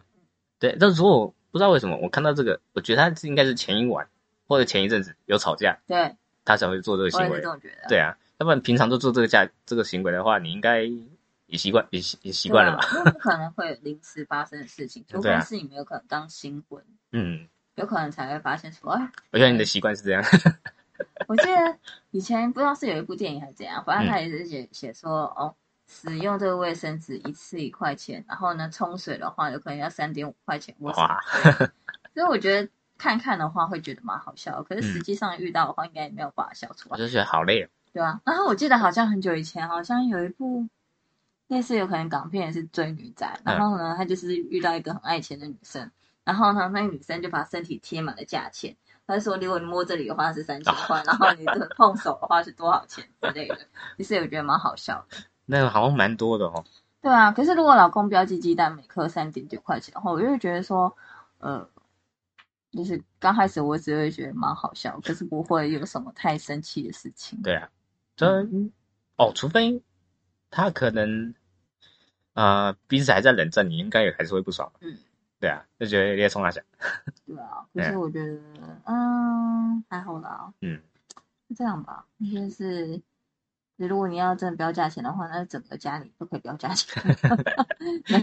[SPEAKER 2] 对，但是我不知道为什么我看到这个，我觉得他是应该是前一晚或者前一阵子有吵架。
[SPEAKER 1] 对，
[SPEAKER 2] 他才会做这个
[SPEAKER 1] 我也
[SPEAKER 2] 行
[SPEAKER 1] 是
[SPEAKER 2] 为
[SPEAKER 1] 这。么觉得。
[SPEAKER 2] 对啊，要不然平常都做这个价这个行为的话，你应该也习惯也习也习惯了吧？
[SPEAKER 1] 对啊？因为不可能会有临时发生的事情，除
[SPEAKER 2] 对
[SPEAKER 1] 非
[SPEAKER 2] 啊
[SPEAKER 1] 是你们有可能当新闻，
[SPEAKER 2] 嗯，
[SPEAKER 1] 有可能才会发现说，哎，
[SPEAKER 2] 我觉得你的习惯是这样。
[SPEAKER 1] 我记得以前不知道是有一部电影还是怎样，反正
[SPEAKER 2] 嗯
[SPEAKER 1] 他也是写写说，哦，使用这个卫生纸一次一块钱，然后呢冲水的话有可能要三点五块钱或什么
[SPEAKER 2] 哇，
[SPEAKER 1] 之类的，所以我觉得。看看的话会觉得蛮好笑，可是
[SPEAKER 2] 嗯
[SPEAKER 1] 实际上遇到的话应该也没有办法笑出来
[SPEAKER 2] 我，就觉得好累、哦。
[SPEAKER 1] 对啊，然后我记得好像很久以前，好像有一部类似有可能港片也是追女仔，然后呢，他就是遇到一个很爱钱的女生，然后呢，那个女生就把身体贴满了价钱，她就说如果你摸这里的话是三千块，然后你这个碰手的话是多少钱之类的，其实我觉得蛮好笑的。
[SPEAKER 2] 那个好像蛮多的哦。
[SPEAKER 1] 对啊，可是如果老公标记鸡蛋每颗三点九块钱的话，我就会觉得说，呃，就是刚开始我只会觉得蛮好笑，可是不会有什么太生气的事情。
[SPEAKER 2] 对啊，这、哦，除非他可能呃彼此还在冷战，你应该也还是会不爽。
[SPEAKER 1] 嗯，
[SPEAKER 2] 对啊，就觉得有点冲他想。
[SPEAKER 1] 对啊，可
[SPEAKER 2] 对啊
[SPEAKER 1] 是我觉得，嗯，还好啦，
[SPEAKER 2] 嗯，
[SPEAKER 1] 就这样吧。就是，如果你要真的标价钱的话，那整个家里都可以标价钱，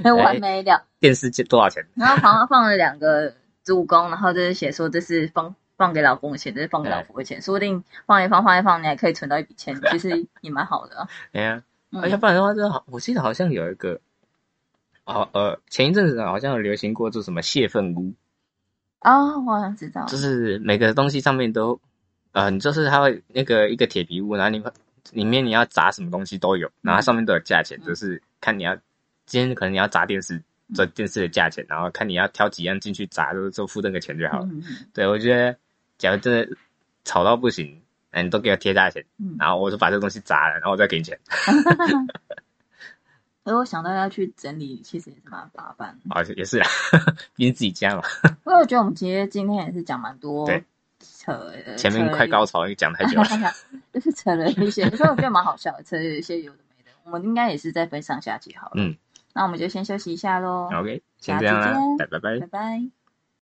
[SPEAKER 1] 没完没了。
[SPEAKER 2] 电视机多少钱？
[SPEAKER 1] 然后旁边放了两个助攻，然后就是写说这是放放给老公的钱，这是放给老婆的钱，说不定放一放放一放，你还可以存到一笔钱，其实也蛮好的啊。
[SPEAKER 2] 对啊，
[SPEAKER 1] 嗯
[SPEAKER 2] 而，要不然的话，真的好，我记得好像有一个，哦呃，前一阵子好像有流行过这什么泄愤屋，
[SPEAKER 1] 啊，我好像知道，
[SPEAKER 2] 就是每个东西上面都，呃，你就是它会那个一个铁皮屋，然后你里面你要砸什么东西都有，然后它上面都有价钱，
[SPEAKER 1] 嗯
[SPEAKER 2] 就是看你要今天可能你要砸电视，这电视的价钱，然后看你要挑几样进去砸，就就付那个钱就好了。
[SPEAKER 1] 嗯嗯
[SPEAKER 2] 对我觉得，假如真的吵到不行，嗯，你都给我贴价钱，
[SPEAKER 1] 嗯，
[SPEAKER 2] 然后我就把这个东西砸了，然后我再给你钱。
[SPEAKER 1] 如果想到要去整理，其实也是蛮麻烦的。
[SPEAKER 2] 啊，也是啦， 毕竟自己家嘛。
[SPEAKER 1] 不过我觉得我们其实今天也是讲蛮多
[SPEAKER 2] 对
[SPEAKER 1] 扯，呃
[SPEAKER 2] 前面快，高潮，因为讲太
[SPEAKER 1] 扯
[SPEAKER 2] 久了。
[SPEAKER 1] 了 就是扯了一些，所以我觉得蛮好笑的，扯了一些有的没的。我们应该也是在分上下集好了。
[SPEAKER 2] 嗯，
[SPEAKER 1] 那我们就先休息一下喽，
[SPEAKER 2] OK，先这样啦
[SPEAKER 1] 下次见，
[SPEAKER 2] 拜拜拜
[SPEAKER 1] 拜。拜。